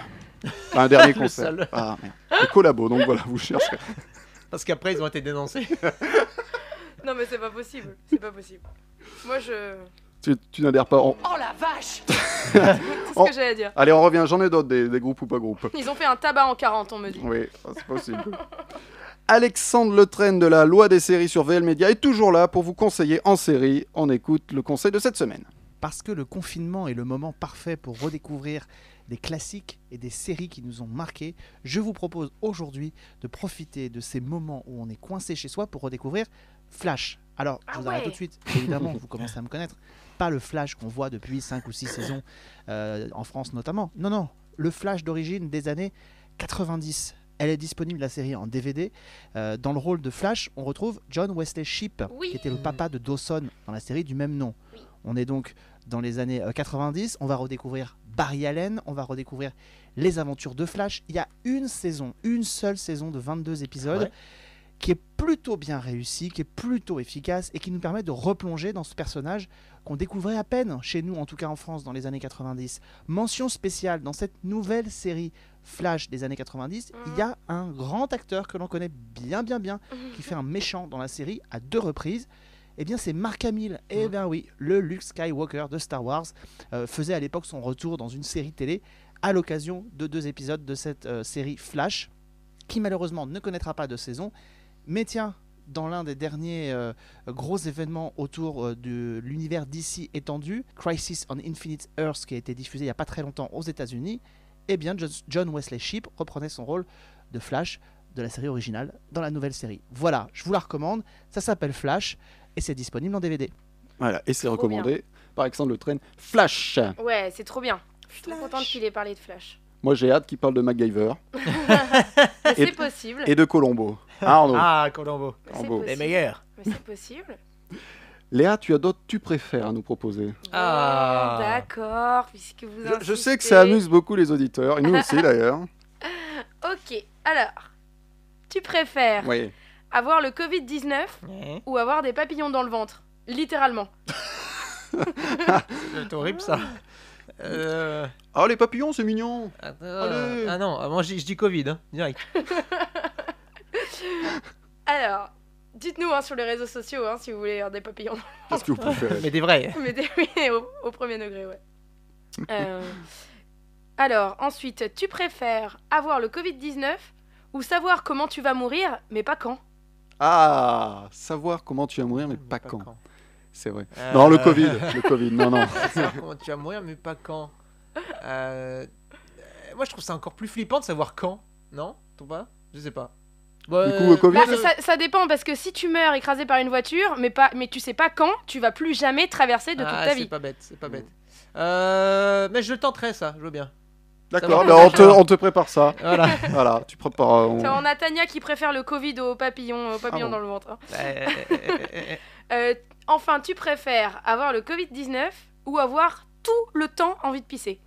[SPEAKER 1] Enfin, un dernier
[SPEAKER 3] Le
[SPEAKER 1] concert.
[SPEAKER 3] seul.
[SPEAKER 1] Ah merde. Les collabos, donc voilà, vous cherchez.
[SPEAKER 3] Parce qu'après, ils ont été dénoncés.
[SPEAKER 2] non mais c'est pas possible. C'est pas possible. Moi je.
[SPEAKER 1] Tu, tu n'adhères pas. On-
[SPEAKER 2] Oh la vache. c'est ce
[SPEAKER 1] Oh.
[SPEAKER 2] que j'allais dire.
[SPEAKER 1] Allez, on revient, j'en ai d'autres, des, des groupes ou pas groupes.
[SPEAKER 2] Ils ont fait un tabac en 40, on me dit.
[SPEAKER 1] Oui, ah, c'est possible. Alexandre Le Train de la loi des séries sur VL Media est toujours là pour vous conseiller en série. On écoute le conseil de cette semaine.
[SPEAKER 7] parce que le confinement est le moment parfait pour redécouvrir des classiques et des séries qui nous ont marqués, je vous propose aujourd'hui de profiter de ces moments où on est coincé chez soi pour redécouvrir Flash. Alors, je
[SPEAKER 2] Ah
[SPEAKER 7] vous arrête
[SPEAKER 2] ouais.
[SPEAKER 7] tout de suite, évidemment, vous commencez à me connaître. Pas le Flash qu'on voit depuis 5 ou 6 saisons, euh, en France notamment. Non, non, le Flash d'origine des années 90. Elle est disponible, la série, en DVD. Euh, dans le rôle de Flash, on retrouve John Wesley Shipp,
[SPEAKER 2] Oui.
[SPEAKER 7] qui était le papa de Dawson dans la série du même nom. On est donc dans les années euh, 90, on va redécouvrir Barry Allen, on va redécouvrir les aventures de Flash. Il y a une saison, une seule saison de 22 épisodes
[SPEAKER 3] Ouais.
[SPEAKER 7] qui est plutôt bien réussie, qui est plutôt efficace et qui nous permet de replonger dans ce personnage qu'on découvrait à peine chez nous, en tout cas en France, dans les années 90. Mention spéciale, dans cette nouvelle série Flash des années 90, il y a un grand acteur que l'on connaît bien, bien, bien, qui fait un méchant dans la série à deux reprises. Eh bien, c'est Mark Hamill. Eh bien oui, le Luke Skywalker de Star Wars euh, faisait à l'époque son retour dans une série télé à l'occasion de deux épisodes de cette euh, série Flash, qui malheureusement ne connaîtra pas de saison. Mais tiens, dans l'un des derniers euh, gros événements autour euh, de l'univers DC étendu, Crisis on Infinite Earth, qui a été diffusé il n'y a pas très longtemps aux États-Unis, eh bien Jo- John Wesley Shipp reprenait son rôle de Flash de la série originale dans la nouvelle série. Voilà, je vous la recommande, ça s'appelle Flash et c'est disponible en DVD.
[SPEAKER 1] Voilà, et c'est
[SPEAKER 2] Trop
[SPEAKER 1] recommandé par Alexandre Le Train. Flash
[SPEAKER 2] Ouais, c'est trop bien. Je suis trop contente qu'il ait parlé de Flash.
[SPEAKER 1] Moi, j'ai hâte qu'il parle de MacGyver
[SPEAKER 2] Mais
[SPEAKER 1] Et-
[SPEAKER 2] c'est possible.
[SPEAKER 1] et de Colombo. Arnaud,
[SPEAKER 3] Ah, Colombo.
[SPEAKER 2] Mais
[SPEAKER 1] en
[SPEAKER 2] c'est
[SPEAKER 1] beau.
[SPEAKER 2] possible.
[SPEAKER 3] Les meilleurs.
[SPEAKER 2] Mais c'est possible.
[SPEAKER 1] Léa, tu as d'autres tu préfères à nous proposer
[SPEAKER 3] Ah.
[SPEAKER 2] Bon, D'accord, puisque vous.
[SPEAKER 1] je, je sais que
[SPEAKER 2] insistez.
[SPEAKER 1] ça amuse beaucoup les auditeurs, et nous aussi d'ailleurs.
[SPEAKER 2] Ok, alors, tu préfères
[SPEAKER 1] Oui.
[SPEAKER 2] avoir le Covid-19 ou avoir des papillons dans le ventre Littéralement.
[SPEAKER 3] Ah, C'est horrible ça. Euh,
[SPEAKER 1] Oh, les papillons, c'est mignon
[SPEAKER 3] attends.
[SPEAKER 1] Allez.
[SPEAKER 3] Ah non, ah, moi je je dis Covid, hein, direct.
[SPEAKER 2] Alors, dites-nous hein, sur les réseaux sociaux hein, si vous voulez hein, des papillons.
[SPEAKER 1] Qu'est-ce que vous préférez
[SPEAKER 3] Mais des vrais.
[SPEAKER 2] Mais des- oui, au, au premier degré, ouais. Euh, alors, ensuite, tu préfères avoir le Covid-19 ou savoir comment tu vas mourir, mais pas quand
[SPEAKER 1] Ah, savoir comment tu vas mourir, mais pas quand. C'est vrai.
[SPEAKER 3] Euh,
[SPEAKER 1] Non, le Covid, le Covid, non, non.
[SPEAKER 3] savoir comment tu vas mourir, mais pas quand. Euh, euh, moi je trouve ça encore plus flippant de savoir quand. Non Trouve pas Je sais pas.
[SPEAKER 1] Du coup, au Covid, euh
[SPEAKER 2] Bah, ça, ça dépend parce que si tu meurs écrasé par une voiture, mais pas, mais tu sais pas quand, tu vas plus jamais traverser de toute
[SPEAKER 3] Ah,
[SPEAKER 2] ta
[SPEAKER 3] C'est
[SPEAKER 2] vie.
[SPEAKER 3] pas bête, c'est pas bête. Euh, mais je tenterai ça, je veux bien.
[SPEAKER 1] d'accord,
[SPEAKER 3] va,
[SPEAKER 1] bah,
[SPEAKER 3] ça
[SPEAKER 1] on, te,
[SPEAKER 3] va.
[SPEAKER 1] on te prépare ça.
[SPEAKER 3] Voilà.
[SPEAKER 1] Voilà, tu prépares. euh, on-
[SPEAKER 2] Ça, On a Tania qui préfère le Covid au papillon, au papillon
[SPEAKER 1] Ah bon.
[SPEAKER 2] dans le ventre. hein.
[SPEAKER 3] Euh, euh, euh,
[SPEAKER 2] Euh, enfin, tu préfères avoir le Covid-19 ou avoir tout le temps envie de pisser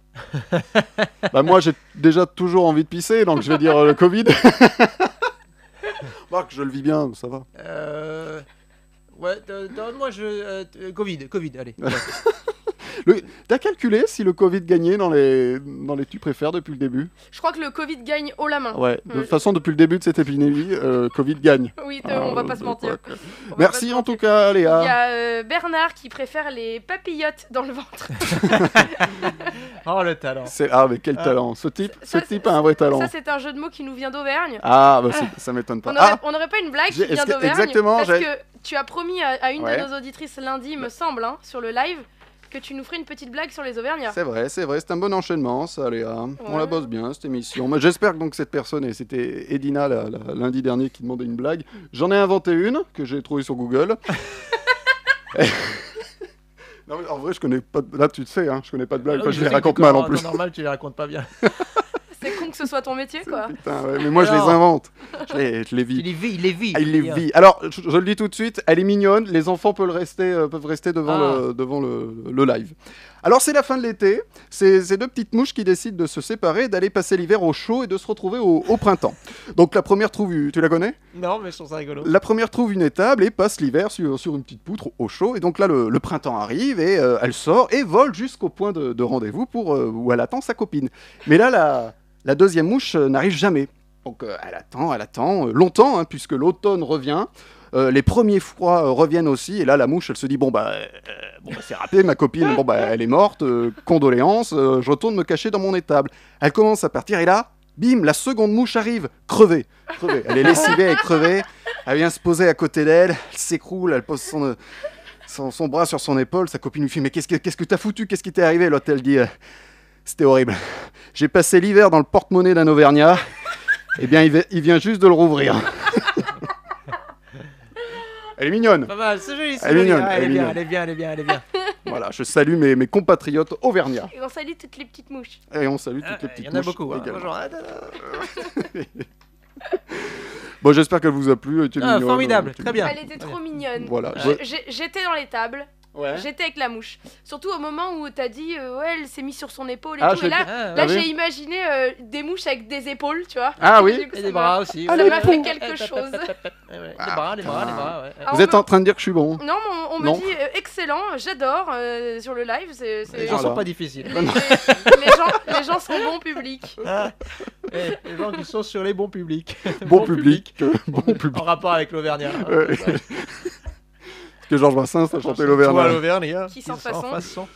[SPEAKER 1] Bah moi j'ai déjà toujours envie de pisser, donc je vais dire euh, le Covid. Marc, je le vis bien, ça va.
[SPEAKER 3] Euh... Ouais, euh, non, moi je. euh, euh, Covid, Covid, allez.
[SPEAKER 1] T'as calculé si le Covid gagnait dans les dans les tu préfères depuis le début
[SPEAKER 2] Je crois que le Covid gagne haut la main. Mm.
[SPEAKER 1] Ouais. De
[SPEAKER 2] Ouais.
[SPEAKER 1] toute façon, depuis le début de cette épidémie, euh, Covid gagne.
[SPEAKER 2] Oui,
[SPEAKER 1] Ah,
[SPEAKER 2] on va pas se
[SPEAKER 1] euh,
[SPEAKER 2] mentir.
[SPEAKER 1] quoi que-
[SPEAKER 2] On va pas
[SPEAKER 1] Merci
[SPEAKER 2] se
[SPEAKER 1] en
[SPEAKER 2] mentir.
[SPEAKER 1] tout cas,
[SPEAKER 2] Il y
[SPEAKER 1] Léa.
[SPEAKER 2] a euh, Bernard qui préfère les papillotes dans le ventre.
[SPEAKER 3] Oh le talent.
[SPEAKER 1] C'est ah mais quel
[SPEAKER 3] Ah.
[SPEAKER 1] talent. Ce type,
[SPEAKER 2] Ça,
[SPEAKER 1] ce type
[SPEAKER 2] c'est-
[SPEAKER 1] a un vrai talent.
[SPEAKER 2] Ça, c'est un jeu de mots qui nous vient d'Auvergne.
[SPEAKER 1] Ah bah c'est- ça m'étonne pas.
[SPEAKER 2] On aurait-
[SPEAKER 1] Ah
[SPEAKER 2] on n'aurait pas une blague qui
[SPEAKER 1] J'ai-
[SPEAKER 2] vient
[SPEAKER 1] est-ce que-
[SPEAKER 2] d'Auvergne.
[SPEAKER 1] exactement,
[SPEAKER 2] Parce
[SPEAKER 1] j'ai-
[SPEAKER 2] que tu as promis à, à une
[SPEAKER 1] Ouais.
[SPEAKER 2] de nos auditrices lundi, me semble, hein, sur le live, que tu nous ferais une petite blague sur les Auvergnats.
[SPEAKER 1] C'est vrai, c'est vrai, c'est un bon enchaînement, ça, Léa. On
[SPEAKER 2] Ouais.
[SPEAKER 1] la bosse bien, cette émission. Mais j'espère que donc cette personne, et c'était Edina la- la- lundi dernier qui demandait une blague, j'en ai inventé une que j'ai trouvée sur Google. non, mais en vrai, je connais pas. de- Là, tu le sais, hein, je connais pas de
[SPEAKER 3] Ah
[SPEAKER 1] blague. Enfin, je les raconte mal en plus.
[SPEAKER 3] normal, tu les racontes pas bien.
[SPEAKER 2] C'est con que ce soit ton métier, quoi.
[SPEAKER 1] Putain, ouais, mais moi, je les
[SPEAKER 3] Alors.
[SPEAKER 1] invente. Je les, je les vis.
[SPEAKER 3] Il les vit, il les vit.
[SPEAKER 1] Ah, il les vit. Alors, je, je le dis tout de suite, elle est mignonne. Les enfants peuvent le rester, euh, peuvent rester devant,
[SPEAKER 3] Ah.
[SPEAKER 1] le, devant le, le live. Alors, c'est la fin de l'été. C'est ces deux petites mouches qui décident de se séparer, d'aller passer l'hiver au chaud et de se retrouver au, au printemps. Donc, la première trouve, tu la connais
[SPEAKER 3] Non, mais je trouve ça rigolo.
[SPEAKER 1] La première trouve une étable et passe l'hiver sur, sur une petite poutre au chaud. Et donc là, le, le printemps arrive et euh, elle sort et vole jusqu'au point de, de rendez-vous pour euh, où elle attend sa copine. Mais là, la, la deuxième mouche euh, n'arrive jamais. Donc euh, elle attend, elle attend euh, longtemps, hein, puisque l'automne revient. Euh, les premiers froids euh, reviennent aussi, et là la mouche elle se dit bon bah, euh, bon, bah, c'est râpé, ma copine, bon bah elle est morte, euh, condoléances, euh, je retourne me cacher dans mon étable. Elle commence à partir et là, bim, la seconde mouche arrive, crevée, crevée. Elle est lessivée, elle est crevée, elle vient se poser à côté d'elle, elle s'écroule, elle pose son, euh, son, son bras sur son épaule, sa copine lui fait mais qu'est-ce que qu'est-ce que t'as foutu, qu'est-ce qui t'est arrivé L'autre elle dit euh, c'était horrible, j'ai passé l'hiver dans le porte-monnaie d'un Auvergnat, et bien il vi- il vient juste de le rouvrir. Elle est mignonne.
[SPEAKER 3] Pas mal, c'est joli. c'est
[SPEAKER 1] Elle est
[SPEAKER 3] joli.
[SPEAKER 1] mignonne,
[SPEAKER 3] Ah,
[SPEAKER 1] elle
[SPEAKER 3] Elle est
[SPEAKER 1] est
[SPEAKER 3] bien,
[SPEAKER 1] mignonne.
[SPEAKER 3] elle est bien, elle est bien, elle est bien.
[SPEAKER 1] Voilà, je salue mes, mes compatriotes auvergnats.
[SPEAKER 2] Et on salue toutes les petites mouches.
[SPEAKER 1] Et on salue toutes
[SPEAKER 3] Ah,
[SPEAKER 1] les
[SPEAKER 3] Il
[SPEAKER 1] petites
[SPEAKER 3] y en a
[SPEAKER 1] mouches
[SPEAKER 3] beaucoup. hein.
[SPEAKER 1] également.
[SPEAKER 3] Bonjour. Ah, da, da, da.
[SPEAKER 1] Bon, j'espère qu'elle vous a plu. euh, tu es
[SPEAKER 3] Ah,
[SPEAKER 1] mignonne,
[SPEAKER 3] formidable,
[SPEAKER 1] euh, tu-
[SPEAKER 3] très bien.
[SPEAKER 2] Elle était trop mignonne.
[SPEAKER 1] Voilà.
[SPEAKER 2] J'ai- j'ai- J'étais dans les tables,
[SPEAKER 1] Ouais.
[SPEAKER 2] j'étais avec la mouche. Surtout au moment où t'as dit, euh, ouais, elle s'est mise sur son épaule et
[SPEAKER 1] Ah,
[SPEAKER 2] tout.
[SPEAKER 1] j'ai-
[SPEAKER 2] Et là,
[SPEAKER 3] Ah,
[SPEAKER 2] là
[SPEAKER 1] oui.
[SPEAKER 2] j'ai imaginé euh, des mouches avec des épaules, tu vois.
[SPEAKER 1] Ah oui Ah,
[SPEAKER 2] Du coup,
[SPEAKER 3] Et
[SPEAKER 2] ça
[SPEAKER 3] des
[SPEAKER 2] m'a-
[SPEAKER 3] bras aussi.
[SPEAKER 2] Ça
[SPEAKER 3] ouais.
[SPEAKER 2] m'a fait quelque chose.
[SPEAKER 3] Ouais, ouais. Les bras, les bras, les bras. ouais, ouais.
[SPEAKER 2] Ah, on
[SPEAKER 1] Vous êtes
[SPEAKER 2] me-
[SPEAKER 1] en train de dire que je suis bon.
[SPEAKER 2] Non, mais on, on me
[SPEAKER 1] Non.
[SPEAKER 2] dit euh, excellent, j'adore euh, sur le live. c'est- c'est-
[SPEAKER 1] Et
[SPEAKER 3] Les
[SPEAKER 1] j'en
[SPEAKER 3] gens
[SPEAKER 1] Voilà.
[SPEAKER 3] sont pas difficiles.
[SPEAKER 2] les, les- les gens, les gens sont bons public.
[SPEAKER 3] Ah. Eh, Les gens qui sont sur les bons publics.
[SPEAKER 1] Bon, public. euh, Bon public.
[SPEAKER 3] En rapport avec l'Auvergnat. hein.
[SPEAKER 1] Euh, Parce que Georges Brassens a chanté
[SPEAKER 3] Toi, hein.
[SPEAKER 1] l'Auvergnat.
[SPEAKER 3] l'Auvergnat.
[SPEAKER 2] Qui, sans façon.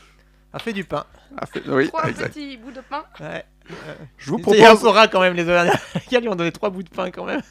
[SPEAKER 3] A fait du pain.
[SPEAKER 1] Ah, fait- Oui,
[SPEAKER 2] Trois
[SPEAKER 1] exact.
[SPEAKER 2] petits bouts de pain.
[SPEAKER 3] Ouais.
[SPEAKER 1] Je vous
[SPEAKER 3] C'était un
[SPEAKER 1] propose.
[SPEAKER 3] peu rare quand même les Auvergnats. Ils lui ont donné trois bouts de pain quand même.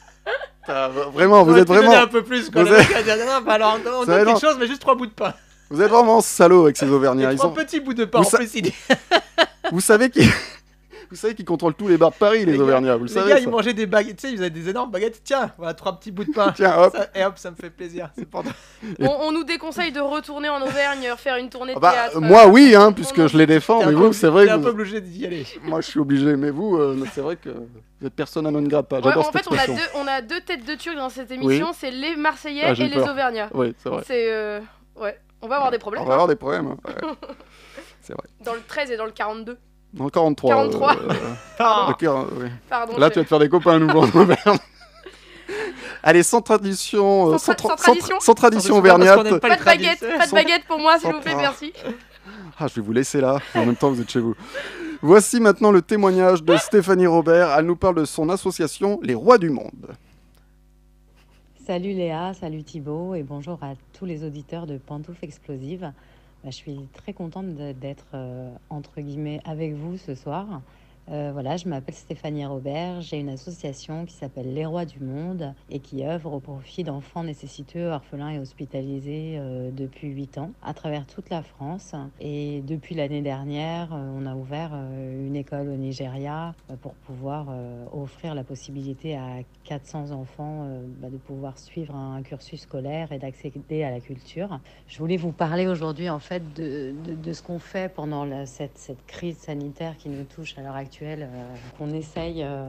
[SPEAKER 1] Vraiment, vous
[SPEAKER 3] J'aurais
[SPEAKER 1] êtes
[SPEAKER 3] pu donner
[SPEAKER 1] vraiment,
[SPEAKER 3] un peu plus quoi.
[SPEAKER 1] Vous
[SPEAKER 3] Le
[SPEAKER 1] êtes-
[SPEAKER 3] mec a dit, non, bah alors, on
[SPEAKER 1] C'est
[SPEAKER 3] donne
[SPEAKER 1] vrai,
[SPEAKER 3] quelque chose mais juste trois bouts de pain.
[SPEAKER 1] vous êtes vraiment salaud avec ces Auvergnats.
[SPEAKER 3] Et
[SPEAKER 1] Ils
[SPEAKER 3] trois
[SPEAKER 1] sont-
[SPEAKER 3] petits bouts de pain.
[SPEAKER 1] Vous
[SPEAKER 3] en
[SPEAKER 1] sa-
[SPEAKER 3] plus, il est-
[SPEAKER 1] Vous savez qu'ils, vous savez qu'ils contrôlent tous les bars de Paris, les
[SPEAKER 3] Les gars-
[SPEAKER 1] Auvergnats. Vous le
[SPEAKER 3] Les gars,
[SPEAKER 1] savez.
[SPEAKER 3] ils
[SPEAKER 1] ça.
[SPEAKER 3] mangeaient des baguettes. Tu sais, ils faisaient des énormes baguettes. Tiens, voilà trois petits bouts de pain.
[SPEAKER 1] Tiens, hop.
[SPEAKER 3] Ça- et hop, ça me fait plaisir. C'est pour toi.
[SPEAKER 2] On, on nous déconseille de retourner en Auvergne, faire une tournée de
[SPEAKER 1] Bah,
[SPEAKER 2] théâtre.
[SPEAKER 1] euh, moi, oui, hein,
[SPEAKER 2] on
[SPEAKER 1] puisque
[SPEAKER 2] en-
[SPEAKER 1] je les défends.
[SPEAKER 3] T'es
[SPEAKER 1] Mais
[SPEAKER 3] un
[SPEAKER 1] vous,
[SPEAKER 3] peu-
[SPEAKER 1] c'est vrai
[SPEAKER 3] t'es
[SPEAKER 1] que
[SPEAKER 3] un
[SPEAKER 1] vous-
[SPEAKER 3] peu obligé d'y aller.
[SPEAKER 1] Moi, je suis obligé, mais vous, euh, c'est vrai que vous êtes personne à non grata.
[SPEAKER 2] Ouais,
[SPEAKER 1] J'adore
[SPEAKER 2] en
[SPEAKER 1] cette
[SPEAKER 2] fait, on a,
[SPEAKER 1] expression.
[SPEAKER 2] deux, on a deux têtes de turc dans cette émission c'est les Marseillais
[SPEAKER 1] Ah, j'ai
[SPEAKER 2] et
[SPEAKER 1] eu
[SPEAKER 2] les
[SPEAKER 1] peur.
[SPEAKER 2] Auvergnats.
[SPEAKER 1] Oui, c'est vrai.
[SPEAKER 2] C'est. euh, ouais. On va avoir des problèmes
[SPEAKER 1] On va avoir des problèmes. hein. Ouais.
[SPEAKER 2] hein, dans le 13 et dans le 42.
[SPEAKER 1] Dans le 43.
[SPEAKER 2] 43.
[SPEAKER 1] euh, euh,
[SPEAKER 3] Ah,
[SPEAKER 1] le cœur, euh, oui.
[SPEAKER 2] Pardon.
[SPEAKER 1] Là,
[SPEAKER 2] je-
[SPEAKER 1] tu vas te faire des copains à nouveau en Auvergne. Allez, sans tradition. euh,
[SPEAKER 2] Sans tra-
[SPEAKER 1] tra-
[SPEAKER 2] sans tradition
[SPEAKER 1] sans tradition
[SPEAKER 3] Sans tradition, parce qu'on
[SPEAKER 1] auvergnate.
[SPEAKER 3] aime pas
[SPEAKER 2] Pas
[SPEAKER 3] les
[SPEAKER 2] de baguette,
[SPEAKER 3] traditions.
[SPEAKER 2] pas de baguette pour moi, s'il vous plaît,
[SPEAKER 1] Sans-
[SPEAKER 2] merci.
[SPEAKER 1] Ah, je vais vous laisser là. En même temps, vous êtes chez vous. Voici maintenant le témoignage de Stéphanie Robert. Elle nous parle de son association Les Rois du Monde.
[SPEAKER 8] Salut Léa, salut Thibaut et bonjour à tous les auditeurs de Pantoufles Explosives. Bah, je suis très contente de- d'être euh, entre guillemets avec vous ce soir. Euh, voilà, je m'appelle Stéphanie Robert, j'ai une association qui s'appelle Les Rois du Monde et qui œuvre au profit d'enfants nécessiteux, orphelins et hospitalisés euh, depuis 8 ans à travers toute la France. Et depuis l'année dernière, euh, on a ouvert euh, une école au Nigeria euh, pour pouvoir euh, offrir la possibilité à 400 enfants euh, bah, de pouvoir suivre un cursus scolaire et d'accéder à la culture. Je voulais vous parler aujourd'hui en fait de, de- de ce qu'on fait pendant la- cette, cette crise sanitaire qui nous touche à l'heure actuelle, euh, qu'on essaye euh,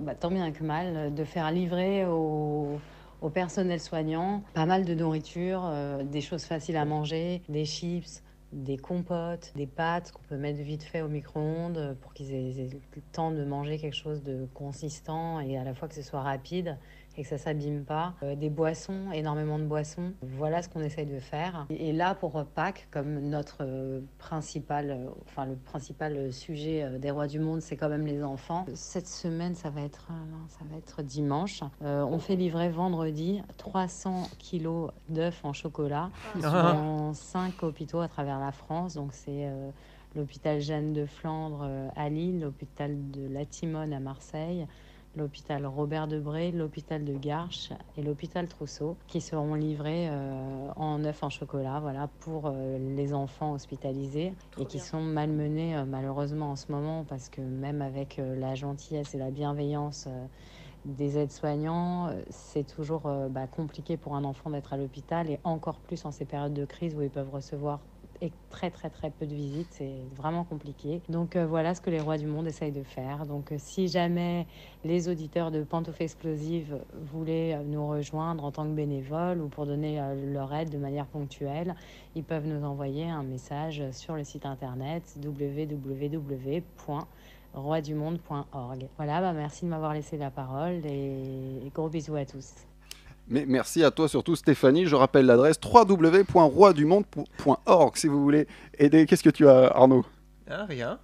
[SPEAKER 8] bah, tant bien que mal de faire livrer au, au personnel soignant pas mal de nourriture, euh, des choses faciles à manger, des chips, des compotes, des pâtes qu'on peut mettre vite fait au micro-ondes euh, pour qu'ils aient, aient le temps de manger quelque chose de consistant et à la fois que ce soit rapide et que ça s'abîme pas. Euh, des boissons, énormément de boissons. Voilà ce qu'on essaye de faire. Et, et là, pour Pâques, comme notre euh, principal, euh, enfin le principal sujet euh, des rois du monde, c'est quand même les enfants. Cette semaine, ça va être, euh, non, ça va être dimanche. Euh, on fait livrer vendredi 300 kilos d'œufs en chocolat dans cinq hôpitaux à travers la France. Donc c'est euh, l'hôpital Jeanne de Flandre euh, à Lille, l'hôpital de la Timone à Marseille, l'hôpital Robert Debré, l'hôpital de Garches et l'hôpital Trousseau qui seront livrés euh, en œufs en chocolat voilà, pour euh, les enfants hospitalisés
[SPEAKER 2] Trop
[SPEAKER 8] et qui
[SPEAKER 2] bien.
[SPEAKER 8] sont malmenés euh, malheureusement en ce moment parce que même avec euh, la gentillesse et la bienveillance euh, des aides-soignants, euh, c'est toujours euh, bah, compliqué pour un enfant d'être à l'hôpital et encore plus en ces périodes de crise où ils peuvent recevoir et très très très peu de visites, c'est vraiment compliqué. Donc euh, voilà ce que les rois du monde essayent de faire. Donc euh, si jamais les auditeurs de Pantoufles Explosives voulaient euh, nous rejoindre en tant que bénévoles ou pour donner euh, leur aide de manière ponctuelle, ils peuvent nous envoyer un message sur le site internet www.roidumonde.org. Voilà, bah, merci de m'avoir laissé la parole et et gros bisous à tous.
[SPEAKER 1] Mais merci à toi surtout Stéphanie, je rappelle l'adresse www.roidumonde.org si vous voulez aider. Qu'est-ce que tu as Arnaud
[SPEAKER 3] Hein, rien.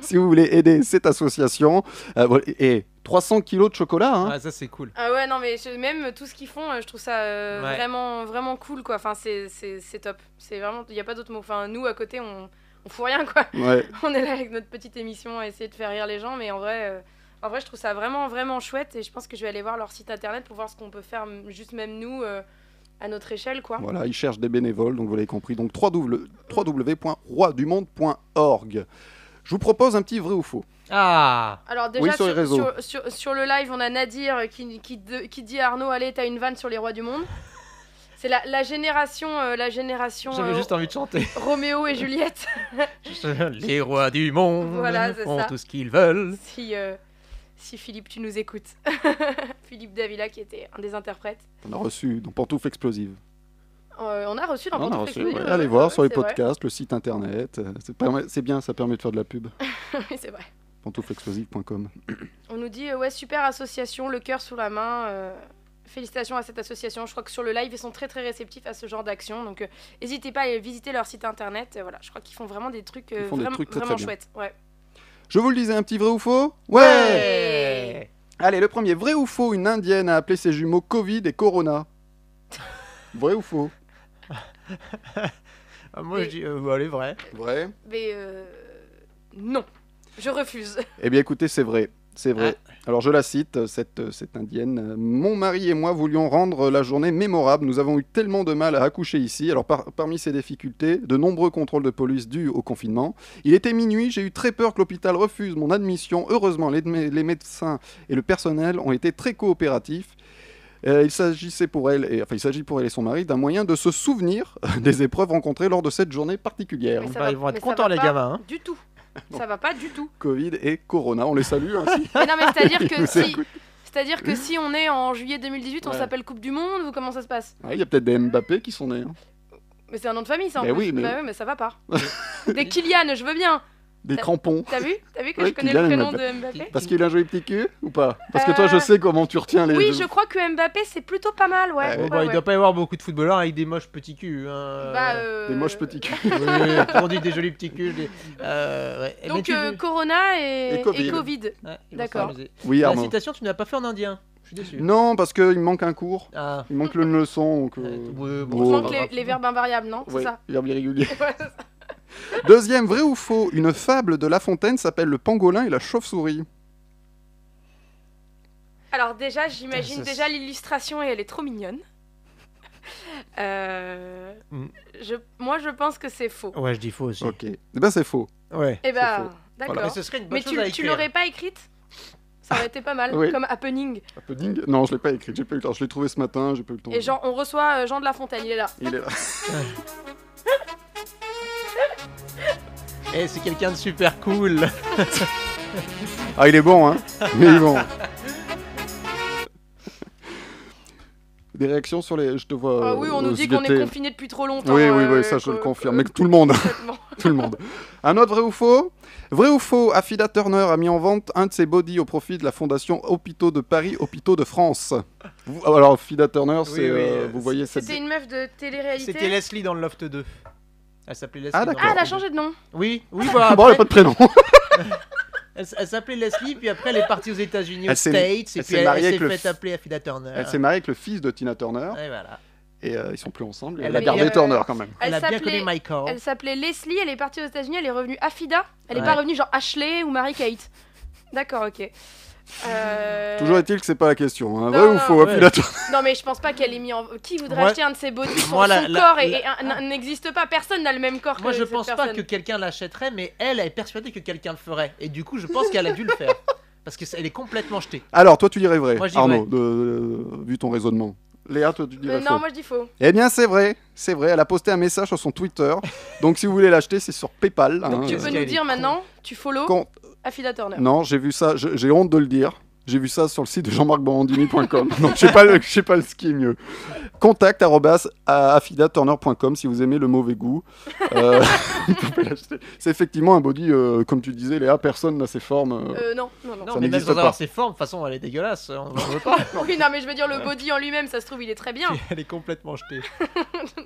[SPEAKER 1] Si vous voulez aider cette association euh, voilà, et et 300 kilos de chocolat hein.
[SPEAKER 3] Ah, ça c'est cool.
[SPEAKER 2] Ah ouais, non, mais je- même tout ce qu'ils font, euh, je trouve ça euh,
[SPEAKER 3] Ouais.
[SPEAKER 2] vraiment, vraiment cool, quoi. Enfin, c'est- c'est c'est top. C'est vraiment, il n'y a pas d'autre mot. Enfin, nous, à côté, on, on fout rien, quoi.
[SPEAKER 1] Ouais.
[SPEAKER 2] On est là avec notre petite émission à essayer de faire rire les gens, mais en vrai, euh, en vrai, je trouve ça vraiment, vraiment chouette. Et je pense que je vais aller voir leur site internet pour voir ce qu'on peut faire, m- juste même nous, euh, à notre échelle, quoi.
[SPEAKER 1] Voilà, ils cherchent des bénévoles, donc vous l'avez compris. Donc www.roidumonde.org. Je vous propose un petit vrai ou faux.
[SPEAKER 3] Ah
[SPEAKER 2] Alors déjà
[SPEAKER 1] Oui, sur les
[SPEAKER 2] sur,
[SPEAKER 1] réseaux.
[SPEAKER 2] sur- sur- sur le live, on a Nadir euh, qui, qui, de- qui dit à Arnaud, allez, t'as une vanne sur les rois du monde. C'est la, la génération, euh, la génération
[SPEAKER 3] J'avais
[SPEAKER 2] euh,
[SPEAKER 3] juste envie de chanter.
[SPEAKER 2] Roméo et Juliette.
[SPEAKER 3] Les rois du monde
[SPEAKER 2] Voilà, c'est
[SPEAKER 3] ont
[SPEAKER 2] ça.
[SPEAKER 3] tout ce qu'ils veulent.
[SPEAKER 2] si, euh, si Philippe, tu nous écoutes. Philippe Davila qui était un des interprètes.
[SPEAKER 1] On a reçu dans Pantoufles Explosives.
[SPEAKER 2] Euh, on a reçu dans
[SPEAKER 1] On a
[SPEAKER 2] Pantoufles
[SPEAKER 1] reçu,
[SPEAKER 2] Explosives,
[SPEAKER 1] ouais.
[SPEAKER 2] euh,
[SPEAKER 1] Allez voir
[SPEAKER 2] ouais,
[SPEAKER 1] sur les
[SPEAKER 2] c'est vrai.
[SPEAKER 1] podcasts, le site internet. euh, c'est permet- C'est bien, ça permet de faire de la pub.
[SPEAKER 2] Oui, c'est vrai.
[SPEAKER 1] pantouflexplosive.com.
[SPEAKER 2] On nous dit, euh, ouais, super association, le cœur sous la main. euh, Félicitations à cette association. Je crois que sur le live, ils sont très très réceptifs à ce genre d'action. Donc, euh, n'hésitez pas à aller visiter leur site internet. Euh, voilà, je crois qu'ils font vraiment des trucs, euh,
[SPEAKER 1] Ils font des
[SPEAKER 2] vraiment-
[SPEAKER 1] trucs très, très
[SPEAKER 2] vraiment
[SPEAKER 1] bien.
[SPEAKER 2] chouettes. Ouais.
[SPEAKER 1] Je vous le disais, un petit vrai ou faux
[SPEAKER 2] Ouais.
[SPEAKER 3] Ouais.
[SPEAKER 1] Allez, le premier, vrai ou faux, une indienne a appelé ses jumeaux Covid et Corona. vrai ou faux
[SPEAKER 3] Ah, moi je dis, euh, bah, allez, vrai.
[SPEAKER 1] Vrai.
[SPEAKER 2] Mais euh, non, je refuse.
[SPEAKER 1] Eh bien écoutez, c'est vrai. C'est vrai.
[SPEAKER 3] Ah.
[SPEAKER 1] Alors je la cite, euh, cette, euh, cette indienne. euh, Mon mari et moi voulions rendre la journée mémorable. Nous avons eu tellement de mal à accoucher ici. Alors par- parmi ces difficultés, de nombreux contrôles de police dus au confinement. Il était minuit, j'ai eu très peur que l'hôpital refuse mon admission. Heureusement, les, mé- les médecins et le personnel ont été très coopératifs. Euh, il s'agissait pour elle, et, enfin il s'agit pour elle et son mari d'un moyen de se souvenir des épreuves rencontrées lors de cette journée particulière.
[SPEAKER 2] Mais ça
[SPEAKER 3] Bah,
[SPEAKER 2] va-
[SPEAKER 3] ils vont
[SPEAKER 2] mais
[SPEAKER 3] être
[SPEAKER 2] ça va
[SPEAKER 3] contents les
[SPEAKER 2] pas
[SPEAKER 3] gamins. hein.
[SPEAKER 2] Du tout. Ça va pas du tout.
[SPEAKER 1] Covid et Corona, on les salue. hein, si-
[SPEAKER 2] Mais non, mais c'est-à-dire que
[SPEAKER 1] Ils nous
[SPEAKER 2] si. C'est-à-dire que si on est en juillet 2018, on
[SPEAKER 1] Ouais.
[SPEAKER 2] s'appelle Coupe du Monde ou comment ça se passe
[SPEAKER 1] Ah, Il y a peut-être des Mbappé qui sont nés. hein.
[SPEAKER 2] Mais c'est un nom de famille, ça en
[SPEAKER 1] Mais
[SPEAKER 2] plus.
[SPEAKER 1] Ben oui, mais-
[SPEAKER 2] Bah ouais, mais ça va pas. Des Kylian, je veux bien.
[SPEAKER 1] Des crampons.
[SPEAKER 2] T'as vu T'as vu que
[SPEAKER 1] Ouais,
[SPEAKER 2] je connais
[SPEAKER 1] Kylian
[SPEAKER 2] le prénom
[SPEAKER 1] Mbappé.
[SPEAKER 2] de Mbappé
[SPEAKER 1] Parce qu'il a joué petit cul ou pas Parce que toi,
[SPEAKER 2] Euh,
[SPEAKER 1] je sais comment tu retiens les.
[SPEAKER 2] Oui, je crois que Mbappé, c'est plutôt pas mal, ouais.
[SPEAKER 1] Ouais,
[SPEAKER 3] Bon,
[SPEAKER 2] Ouais,
[SPEAKER 3] bah, il
[SPEAKER 2] ouais.
[SPEAKER 3] doit pas y avoir beaucoup de footballeurs avec des moches petits culs. hein.
[SPEAKER 2] Bah, euh,
[SPEAKER 1] Des moches petits culs.
[SPEAKER 3] Oui, oui, on dit des jolis petits culs. Des... Euh, ouais. Eh ben,
[SPEAKER 2] Donc
[SPEAKER 3] tu-
[SPEAKER 2] euh, Corona et,
[SPEAKER 1] Et Covid.
[SPEAKER 2] et Covid.
[SPEAKER 3] Ouais, ils vont
[SPEAKER 2] d'accord.
[SPEAKER 3] s'amuser.
[SPEAKER 1] Oui,
[SPEAKER 3] La
[SPEAKER 1] Arnaud.
[SPEAKER 3] citation, tu ne l'as pas fait en indien. Je suis déçu.
[SPEAKER 1] Non, parce qu'il manque un cours.
[SPEAKER 3] Ah.
[SPEAKER 1] Il manque une leçon. Donc,
[SPEAKER 3] Euh,
[SPEAKER 1] euh,
[SPEAKER 3] ouais,
[SPEAKER 1] Oh,
[SPEAKER 2] Il
[SPEAKER 3] bon,
[SPEAKER 2] manque
[SPEAKER 1] bah,
[SPEAKER 2] les, les verbes invariables, non
[SPEAKER 1] ouais,
[SPEAKER 2] C'est ça
[SPEAKER 1] verbe irrégulier.
[SPEAKER 2] Ouais, c'est ça.
[SPEAKER 1] Deuxième, vrai ou faux Une fable de La Fontaine s'appelle Le pangolin et la chauve-souris.
[SPEAKER 2] Alors déjà, j'imagine
[SPEAKER 3] Putain, ça,
[SPEAKER 2] déjà l'illustration et elle est trop mignonne. Euh,
[SPEAKER 1] Hmm.
[SPEAKER 3] Mm.
[SPEAKER 2] je, moi, je pense que c'est faux.
[SPEAKER 3] Ouais, je dis faux aussi.
[SPEAKER 1] Ok. Eh ben, c'est faux.
[SPEAKER 3] Ouais.
[SPEAKER 2] Eh ben,
[SPEAKER 1] faux.
[SPEAKER 2] d'accord.
[SPEAKER 1] Voilà.
[SPEAKER 3] Mais ce serait une bonne
[SPEAKER 2] Mais
[SPEAKER 3] chose
[SPEAKER 2] tu,
[SPEAKER 3] à
[SPEAKER 2] tu
[SPEAKER 3] écrire.
[SPEAKER 2] l'aurais pas écrite Ça aurait été pas mal,
[SPEAKER 1] Oui.
[SPEAKER 2] comme happening.
[SPEAKER 1] Un peu dingue. Non, je l'ai pas écrit. J'ai pas eu le temps. Je l'ai trouvé ce matin. J'ai pas eu le temps.
[SPEAKER 2] Et genre, on reçoit euh, Jean de La Fontaine, il est là.
[SPEAKER 1] Il est là. Euh,
[SPEAKER 3] Eh, c'est quelqu'un de super cool.
[SPEAKER 1] Ah, il est bon, hein Il est bon. Des réactions sur les. Je te vois.
[SPEAKER 2] Ah oui, on
[SPEAKER 1] euh,
[SPEAKER 2] nous
[SPEAKER 1] aux
[SPEAKER 2] dit qu'on est
[SPEAKER 1] IDT.
[SPEAKER 2] confinés depuis trop longtemps.
[SPEAKER 1] Oui, oui,
[SPEAKER 2] euh,
[SPEAKER 1] oui, ça je
[SPEAKER 2] que-
[SPEAKER 1] le
[SPEAKER 2] que-
[SPEAKER 1] confirme. Mais que tout le monde,
[SPEAKER 2] complètement.
[SPEAKER 1] tout le monde. Un autre vrai ou faux Vrai ou faux Affida Turner a mis en vente un de ses bodies au profit de la fondation Hôpitaux de Paris, Hôpitaux de France. Vous- alors, Affida Turner,
[SPEAKER 3] Oui,
[SPEAKER 1] c'est,
[SPEAKER 3] oui,
[SPEAKER 1] euh,
[SPEAKER 3] euh,
[SPEAKER 1] vous voyez cette.
[SPEAKER 2] C'était une meuf de
[SPEAKER 3] C'était
[SPEAKER 2] télé-réalité.
[SPEAKER 3] Leslie dans le Loft 2. Elle s'appelait Leslie.
[SPEAKER 1] Ah,
[SPEAKER 3] dans
[SPEAKER 1] d'accord.
[SPEAKER 2] Ah, elle a
[SPEAKER 3] Loft 2.
[SPEAKER 2] changé de nom.
[SPEAKER 3] Oui, oui, voilà.
[SPEAKER 1] Ah bon, elle a
[SPEAKER 3] après,
[SPEAKER 1] pas de prénom.
[SPEAKER 3] elle s- elle s'appelait Leslie, puis après elle est partie aux États-Unis, aux
[SPEAKER 1] Elle s'est-
[SPEAKER 3] States, et
[SPEAKER 1] elle
[SPEAKER 3] puis
[SPEAKER 1] s'est
[SPEAKER 3] elle,
[SPEAKER 1] mariée
[SPEAKER 3] elle
[SPEAKER 1] avec
[SPEAKER 3] s'est
[SPEAKER 1] le
[SPEAKER 3] fait
[SPEAKER 1] f-
[SPEAKER 3] appeler Affida Turner.
[SPEAKER 1] Elle s'est mariée avec le fils de Tina Turner
[SPEAKER 3] Et voilà.
[SPEAKER 1] et euh, ils sont plus ensemble.
[SPEAKER 3] Elle
[SPEAKER 1] Elle a
[SPEAKER 3] a
[SPEAKER 1] gardé
[SPEAKER 3] bien-
[SPEAKER 1] Turner quand même.
[SPEAKER 3] Elle,
[SPEAKER 2] Elle
[SPEAKER 3] a bien
[SPEAKER 2] s'appelait-
[SPEAKER 3] connu Michael.
[SPEAKER 2] Elle s'appelait Leslie, elle est partie aux États-Unis, elle est revenue Afida. Elle n'est
[SPEAKER 3] Ouais.
[SPEAKER 2] pas revenue genre Ashley ou Mary-Kate. D'accord, ok. Euh,
[SPEAKER 1] Toujours est-il que c'est pas la question. hein.
[SPEAKER 2] Non,
[SPEAKER 1] Vrai ou
[SPEAKER 2] non,
[SPEAKER 1] faux
[SPEAKER 3] ouais.
[SPEAKER 1] Affida Turner
[SPEAKER 2] Non, mais je pense pas qu'elle ait mis en. Qui voudrait
[SPEAKER 3] Moi-
[SPEAKER 2] acheter un de ses bodies Son,
[SPEAKER 3] Moi, la-
[SPEAKER 2] son
[SPEAKER 3] la-
[SPEAKER 2] corps et-
[SPEAKER 3] la-
[SPEAKER 2] et un- un- n'existe pas, personne n'a le même corps
[SPEAKER 3] Moi,
[SPEAKER 2] que
[SPEAKER 3] je
[SPEAKER 2] cette
[SPEAKER 3] pense pas
[SPEAKER 2] personne.
[SPEAKER 3] que quelqu'un l'achèterait, mais elle, elle est persuadée que quelqu'un le ferait. Et du coup, je pense qu'elle a dû le faire. Parce qu'elle est complètement jetée.
[SPEAKER 1] Alors, toi, tu dirais vrai,
[SPEAKER 3] Moi, je dis
[SPEAKER 1] Arnaud, de- de- vu ton raisonnement. Léa, toi, tu dirais
[SPEAKER 2] Mais
[SPEAKER 1] faux.
[SPEAKER 2] non, moi je dis faux.
[SPEAKER 1] Eh bien, c'est vrai, c'est vrai. Elle a posté un message sur son Twitter. Donc, si vous voulez l'acheter, c'est sur PayPal. hein,
[SPEAKER 3] tu
[SPEAKER 2] Tu
[SPEAKER 1] euh,
[SPEAKER 2] peux
[SPEAKER 3] qu'elle est
[SPEAKER 2] nous dire
[SPEAKER 3] con.
[SPEAKER 2] maintenant, tu follow
[SPEAKER 1] con-
[SPEAKER 2] Afida Turner.
[SPEAKER 1] Non, j'ai vu ça, je- j'ai honte de le dire. J'ai vu ça sur le site de jean-marc-bandini.com. Donc, je sais pas, le- je sais pas ce qui est mieux. Contact arrobas à affidaturner.com si vous aimez le mauvais goût. Euh, vous pouvez l'acheter. c'est effectivement un body, euh, comme tu disais, Léa, personne n'a ses formes. euh.
[SPEAKER 2] Euh, non, non, non.
[SPEAKER 3] Non,
[SPEAKER 1] Ça
[SPEAKER 3] mais même
[SPEAKER 1] n'existe
[SPEAKER 3] sans
[SPEAKER 1] pas.
[SPEAKER 3] avoir ses formes, de toute façon, elle est dégueulasse. hein, On n'en veut pas.
[SPEAKER 2] Oui, non, mais je veux dire, le body en lui-même, ça se trouve, il est très bien.
[SPEAKER 3] elle est complètement jetée.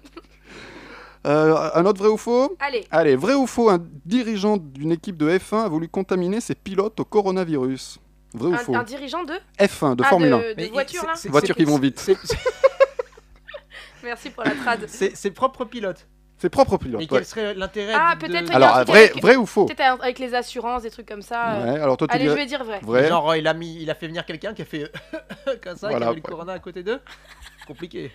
[SPEAKER 1] Euh, un autre vrai ou faux
[SPEAKER 2] Allez,
[SPEAKER 1] Allez, vrai ou faux, un dirigeant d'une équipe de F1 a voulu contaminer ses pilotes au coronavirus. Vrai ou
[SPEAKER 2] un,
[SPEAKER 1] faux
[SPEAKER 2] un dirigeant de,
[SPEAKER 1] F1 de
[SPEAKER 2] Ah,
[SPEAKER 1] Formule 1.
[SPEAKER 2] de, de
[SPEAKER 3] Mais
[SPEAKER 2] voiture
[SPEAKER 3] c'est-
[SPEAKER 2] là
[SPEAKER 3] c'est-
[SPEAKER 1] Voitures
[SPEAKER 3] c'est-
[SPEAKER 1] qui vont vite.
[SPEAKER 3] c'est- c'est-
[SPEAKER 2] Merci pour la trad.
[SPEAKER 3] C'est ses propres pilotes.
[SPEAKER 1] Ses propres pilotes.
[SPEAKER 3] Mais
[SPEAKER 1] ouais.
[SPEAKER 3] quel serait l'intérêt
[SPEAKER 2] Ah,
[SPEAKER 3] de-
[SPEAKER 2] peut-être-
[SPEAKER 3] de-
[SPEAKER 1] Alors,
[SPEAKER 2] Regarde,
[SPEAKER 1] euh, vrai,
[SPEAKER 2] avec-
[SPEAKER 1] vrai ou faux
[SPEAKER 2] Peut-être avec les assurances, des trucs comme ça. euh.
[SPEAKER 1] Ouais, Alors, toi, tu
[SPEAKER 2] Allez, je
[SPEAKER 1] dirais
[SPEAKER 2] vais dire vrai.
[SPEAKER 1] vrai.
[SPEAKER 3] Genre, il a, mis, il a fait venir quelqu'un qui a fait comme ça, qui
[SPEAKER 1] Voilà,
[SPEAKER 3] a mis
[SPEAKER 1] ouais.
[SPEAKER 3] le corona à côté d'eux. Compliqué.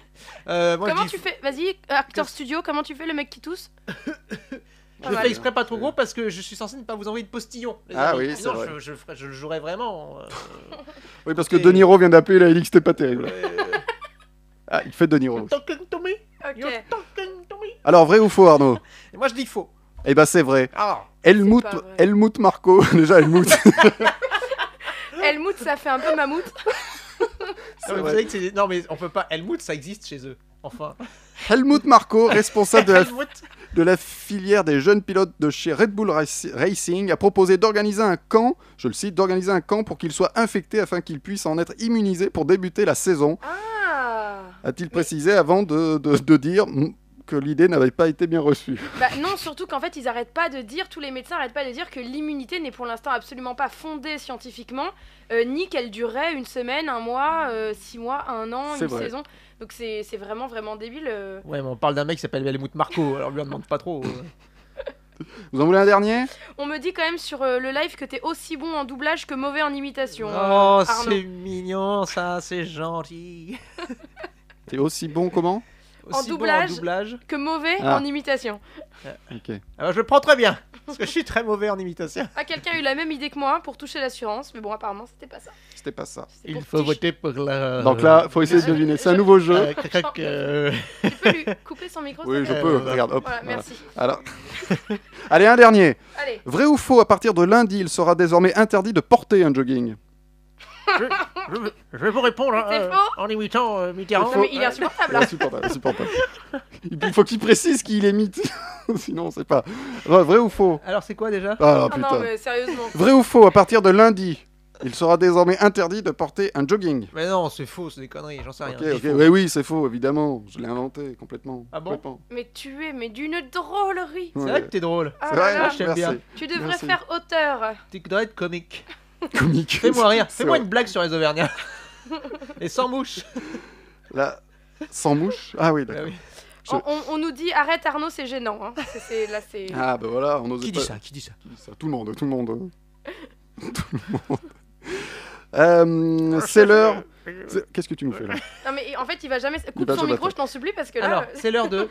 [SPEAKER 3] Euh, moi,
[SPEAKER 2] comment
[SPEAKER 3] je dis-
[SPEAKER 2] tu fais Vas-y, acteur studio, comment tu fais le mec qui tousse
[SPEAKER 3] Je
[SPEAKER 2] Pas
[SPEAKER 3] le
[SPEAKER 2] mal.
[SPEAKER 3] fais exprès pas trop gros parce que je suis censé ne pas vous envoyer de postillon. les
[SPEAKER 1] Ah
[SPEAKER 3] amis.
[SPEAKER 1] oui, c'est
[SPEAKER 3] Sinon,
[SPEAKER 1] vrai.
[SPEAKER 3] Je, je, ferais- je le jouerais vraiment. euh,
[SPEAKER 1] Oui, parce que
[SPEAKER 3] Et-
[SPEAKER 1] De Niro vient d'appeler la LX, c'était pas terrible.
[SPEAKER 3] euh,
[SPEAKER 1] Ah, il fait De Niro.
[SPEAKER 3] you're talking to me,
[SPEAKER 2] Ok.
[SPEAKER 3] you're talking to me.
[SPEAKER 1] Alors, vrai ou faux, Arnaud
[SPEAKER 3] Et moi je dis faux.
[SPEAKER 1] Eh ben, c'est vrai.
[SPEAKER 3] Ah,
[SPEAKER 1] Helmut,
[SPEAKER 2] pas vrai.
[SPEAKER 1] Helmut Marco, déjà Helmut.
[SPEAKER 2] Helmut, ça fait un peu mammouth.
[SPEAKER 1] C'est
[SPEAKER 3] non, mais vous
[SPEAKER 1] vrai.
[SPEAKER 3] savez que c'est- non mais on peut pas. Helmut, ça existe chez eux. Enfin.
[SPEAKER 1] Helmut Marco, responsable de la,
[SPEAKER 3] Helmut.
[SPEAKER 1] de la filière des jeunes pilotes de chez Red Bull Raci- Racing, a proposé d'organiser un camp, je le cite, d'organiser un camp pour qu'il soit infecté afin qu'il puisse en être immunisé pour débuter la saison,
[SPEAKER 2] Ah
[SPEAKER 1] a-t-il précisé avant de, de- de dire mm, que l'idée n'avait pas été bien reçue.
[SPEAKER 2] Bah non, surtout qu'en fait, ils arrêtent pas de dire, tous les médecins arrêtent pas de dire que l'immunité n'est pour l'instant absolument pas fondée scientifiquement, euh, ni qu'elle durerait une semaine, un mois, euh, six mois, un an,
[SPEAKER 1] C'est
[SPEAKER 2] une
[SPEAKER 1] vrai.
[SPEAKER 2] saison. Donc c'est c'est vraiment, vraiment débile. euh.
[SPEAKER 3] Ouais, mais on parle d'un mec qui s'appelle Helmut Marco. Alors lui on demande pas trop. euh.
[SPEAKER 1] Vous en voulez un dernier
[SPEAKER 2] On me dit quand même sur euh, le live que t'es aussi bon en doublage que mauvais en imitation.
[SPEAKER 3] Oh,
[SPEAKER 2] euh, Arnaud.
[SPEAKER 3] c'est mignon, ça, c'est gentil.
[SPEAKER 1] T'es aussi bon comment
[SPEAKER 2] En
[SPEAKER 3] Aussi bon
[SPEAKER 2] doublage.
[SPEAKER 3] en doublage.
[SPEAKER 2] Que mauvais
[SPEAKER 1] Ah.
[SPEAKER 2] en imitation.
[SPEAKER 1] Euh, Ok.
[SPEAKER 3] Alors je le prends très bien parce que je suis très mauvais en imitation.
[SPEAKER 2] Ah, quelqu'un a eu la même idée que moi pour toucher l'assurance, mais bon, apparemment, c'était pas ça.
[SPEAKER 1] C'était pas ça.
[SPEAKER 2] C'était
[SPEAKER 3] Il
[SPEAKER 2] pour
[SPEAKER 3] faut
[SPEAKER 2] toucher.
[SPEAKER 3] voter pour la.
[SPEAKER 1] Donc là, faut essayer de deviner. C'est un nouveau jeu.
[SPEAKER 3] Euh, crac, euh,
[SPEAKER 2] Tu peux lui couper son micro
[SPEAKER 1] Oui,
[SPEAKER 2] s'il te
[SPEAKER 1] je
[SPEAKER 2] plaît
[SPEAKER 1] peux.
[SPEAKER 3] voilà.
[SPEAKER 1] Regarde, hop.
[SPEAKER 2] Voilà,
[SPEAKER 1] voilà.
[SPEAKER 2] merci.
[SPEAKER 1] Alors... Allez, un dernier.
[SPEAKER 2] Allez,
[SPEAKER 1] Vrai ou faux, à partir de lundi, il sera désormais interdit de porter un jogging.
[SPEAKER 3] je, je vais vous répondre hein,
[SPEAKER 2] C'est
[SPEAKER 3] euh,
[SPEAKER 2] faux.
[SPEAKER 3] en imitant euh, Mitterrand.
[SPEAKER 2] Non, mais il est insupportable. hein.
[SPEAKER 1] Insupportable, insupportable. Il faut qu'il précise qu'il est mythe. Sinon, on sait pas. Ouais, vrai ou faux
[SPEAKER 3] Alors c'est quoi déjà
[SPEAKER 1] Ah
[SPEAKER 2] Ah non,
[SPEAKER 1] putain.
[SPEAKER 2] mais sérieusement.
[SPEAKER 1] Vrai ou faux, à partir de lundi, il sera désormais interdit de porter un jogging.
[SPEAKER 3] Mais non, c'est faux, c'est des conneries, j'en sais rien.
[SPEAKER 1] Ok,
[SPEAKER 3] C'est
[SPEAKER 1] ok.
[SPEAKER 3] faux.
[SPEAKER 1] Oui, oui, c'est faux, évidemment. Je l'ai inventé complètement.
[SPEAKER 3] Ah bon
[SPEAKER 1] Complètement.
[SPEAKER 2] Mais tu es, mais d'une drôlerie.
[SPEAKER 3] C'est
[SPEAKER 1] Ouais.
[SPEAKER 3] vrai que t'es drôle.
[SPEAKER 2] Ah
[SPEAKER 1] C'est
[SPEAKER 2] là
[SPEAKER 1] vrai,
[SPEAKER 2] là,
[SPEAKER 3] je t'aime
[SPEAKER 1] merci.
[SPEAKER 3] bien.
[SPEAKER 2] tu devrais
[SPEAKER 1] Merci.
[SPEAKER 2] faire auteur.
[SPEAKER 3] Tu devrais être comique.
[SPEAKER 1] Comique.
[SPEAKER 3] Fais-moi rire,
[SPEAKER 1] C'est
[SPEAKER 3] fais-moi
[SPEAKER 1] vrai.
[SPEAKER 3] une blague sur les Auvergnats. Et sans mouche.
[SPEAKER 1] Là, sans mouche. Ah oui, d'accord.
[SPEAKER 3] Ah oui.
[SPEAKER 1] Je-
[SPEAKER 2] On, on- on nous dit arrête Arnaud, c'est gênant. hein. C'est- c'est- là, c'est.
[SPEAKER 1] Ah bah voilà, on n'osait
[SPEAKER 3] Qui
[SPEAKER 1] pas.
[SPEAKER 3] dit ça Qui dit ça
[SPEAKER 1] Qui dit ça Tout le monde, tout le monde. Tout le monde. Euh, c'est l'heure. c'est- Qu'est-ce que tu nous fais là
[SPEAKER 2] Non, mais en fait, il va jamais. Coupe
[SPEAKER 1] va
[SPEAKER 2] son
[SPEAKER 1] jamais
[SPEAKER 2] micro,
[SPEAKER 1] faire.
[SPEAKER 2] je t'en supplie, parce que là.
[SPEAKER 3] Alors,
[SPEAKER 2] euh,
[SPEAKER 3] c'est l'heure de.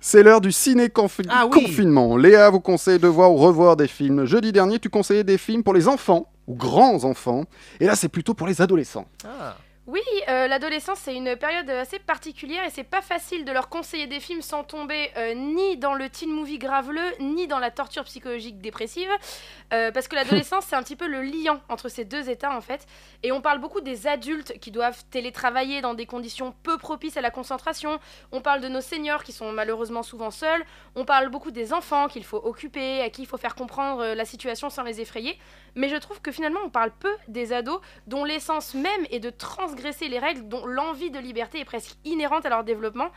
[SPEAKER 1] C'est l'heure du ciné-confinement.
[SPEAKER 3] Ah oui.
[SPEAKER 1] Léa vous conseille de voir ou revoir des films. Jeudi dernier, tu conseillais des films pour les enfants ou grands enfants. Et là, c'est plutôt pour les adolescents.
[SPEAKER 3] Ah.
[SPEAKER 2] Oui, euh, l'adolescence, c'est une période assez particulière et c'est pas facile de leur conseiller des films sans tomber euh, ni dans le teen movie graveleux, ni dans la torture psychologique dépressive. euh, parce que l'adolescence, c'est un petit peu le liant entre ces deux états, en fait. Et on parle beaucoup des adultes qui doivent télétravailler dans des conditions peu propices à la concentration. On parle de nos seniors qui sont malheureusement souvent seuls. On parle beaucoup des enfants qu'il faut occuper, à qui il faut faire comprendre euh, la situation sans les effrayer. Mais je trouve que finalement, on parle peu des ados dont l'essence même est de transgresser les règles, dont l'envie de liberté est presque inhérente à leur développement.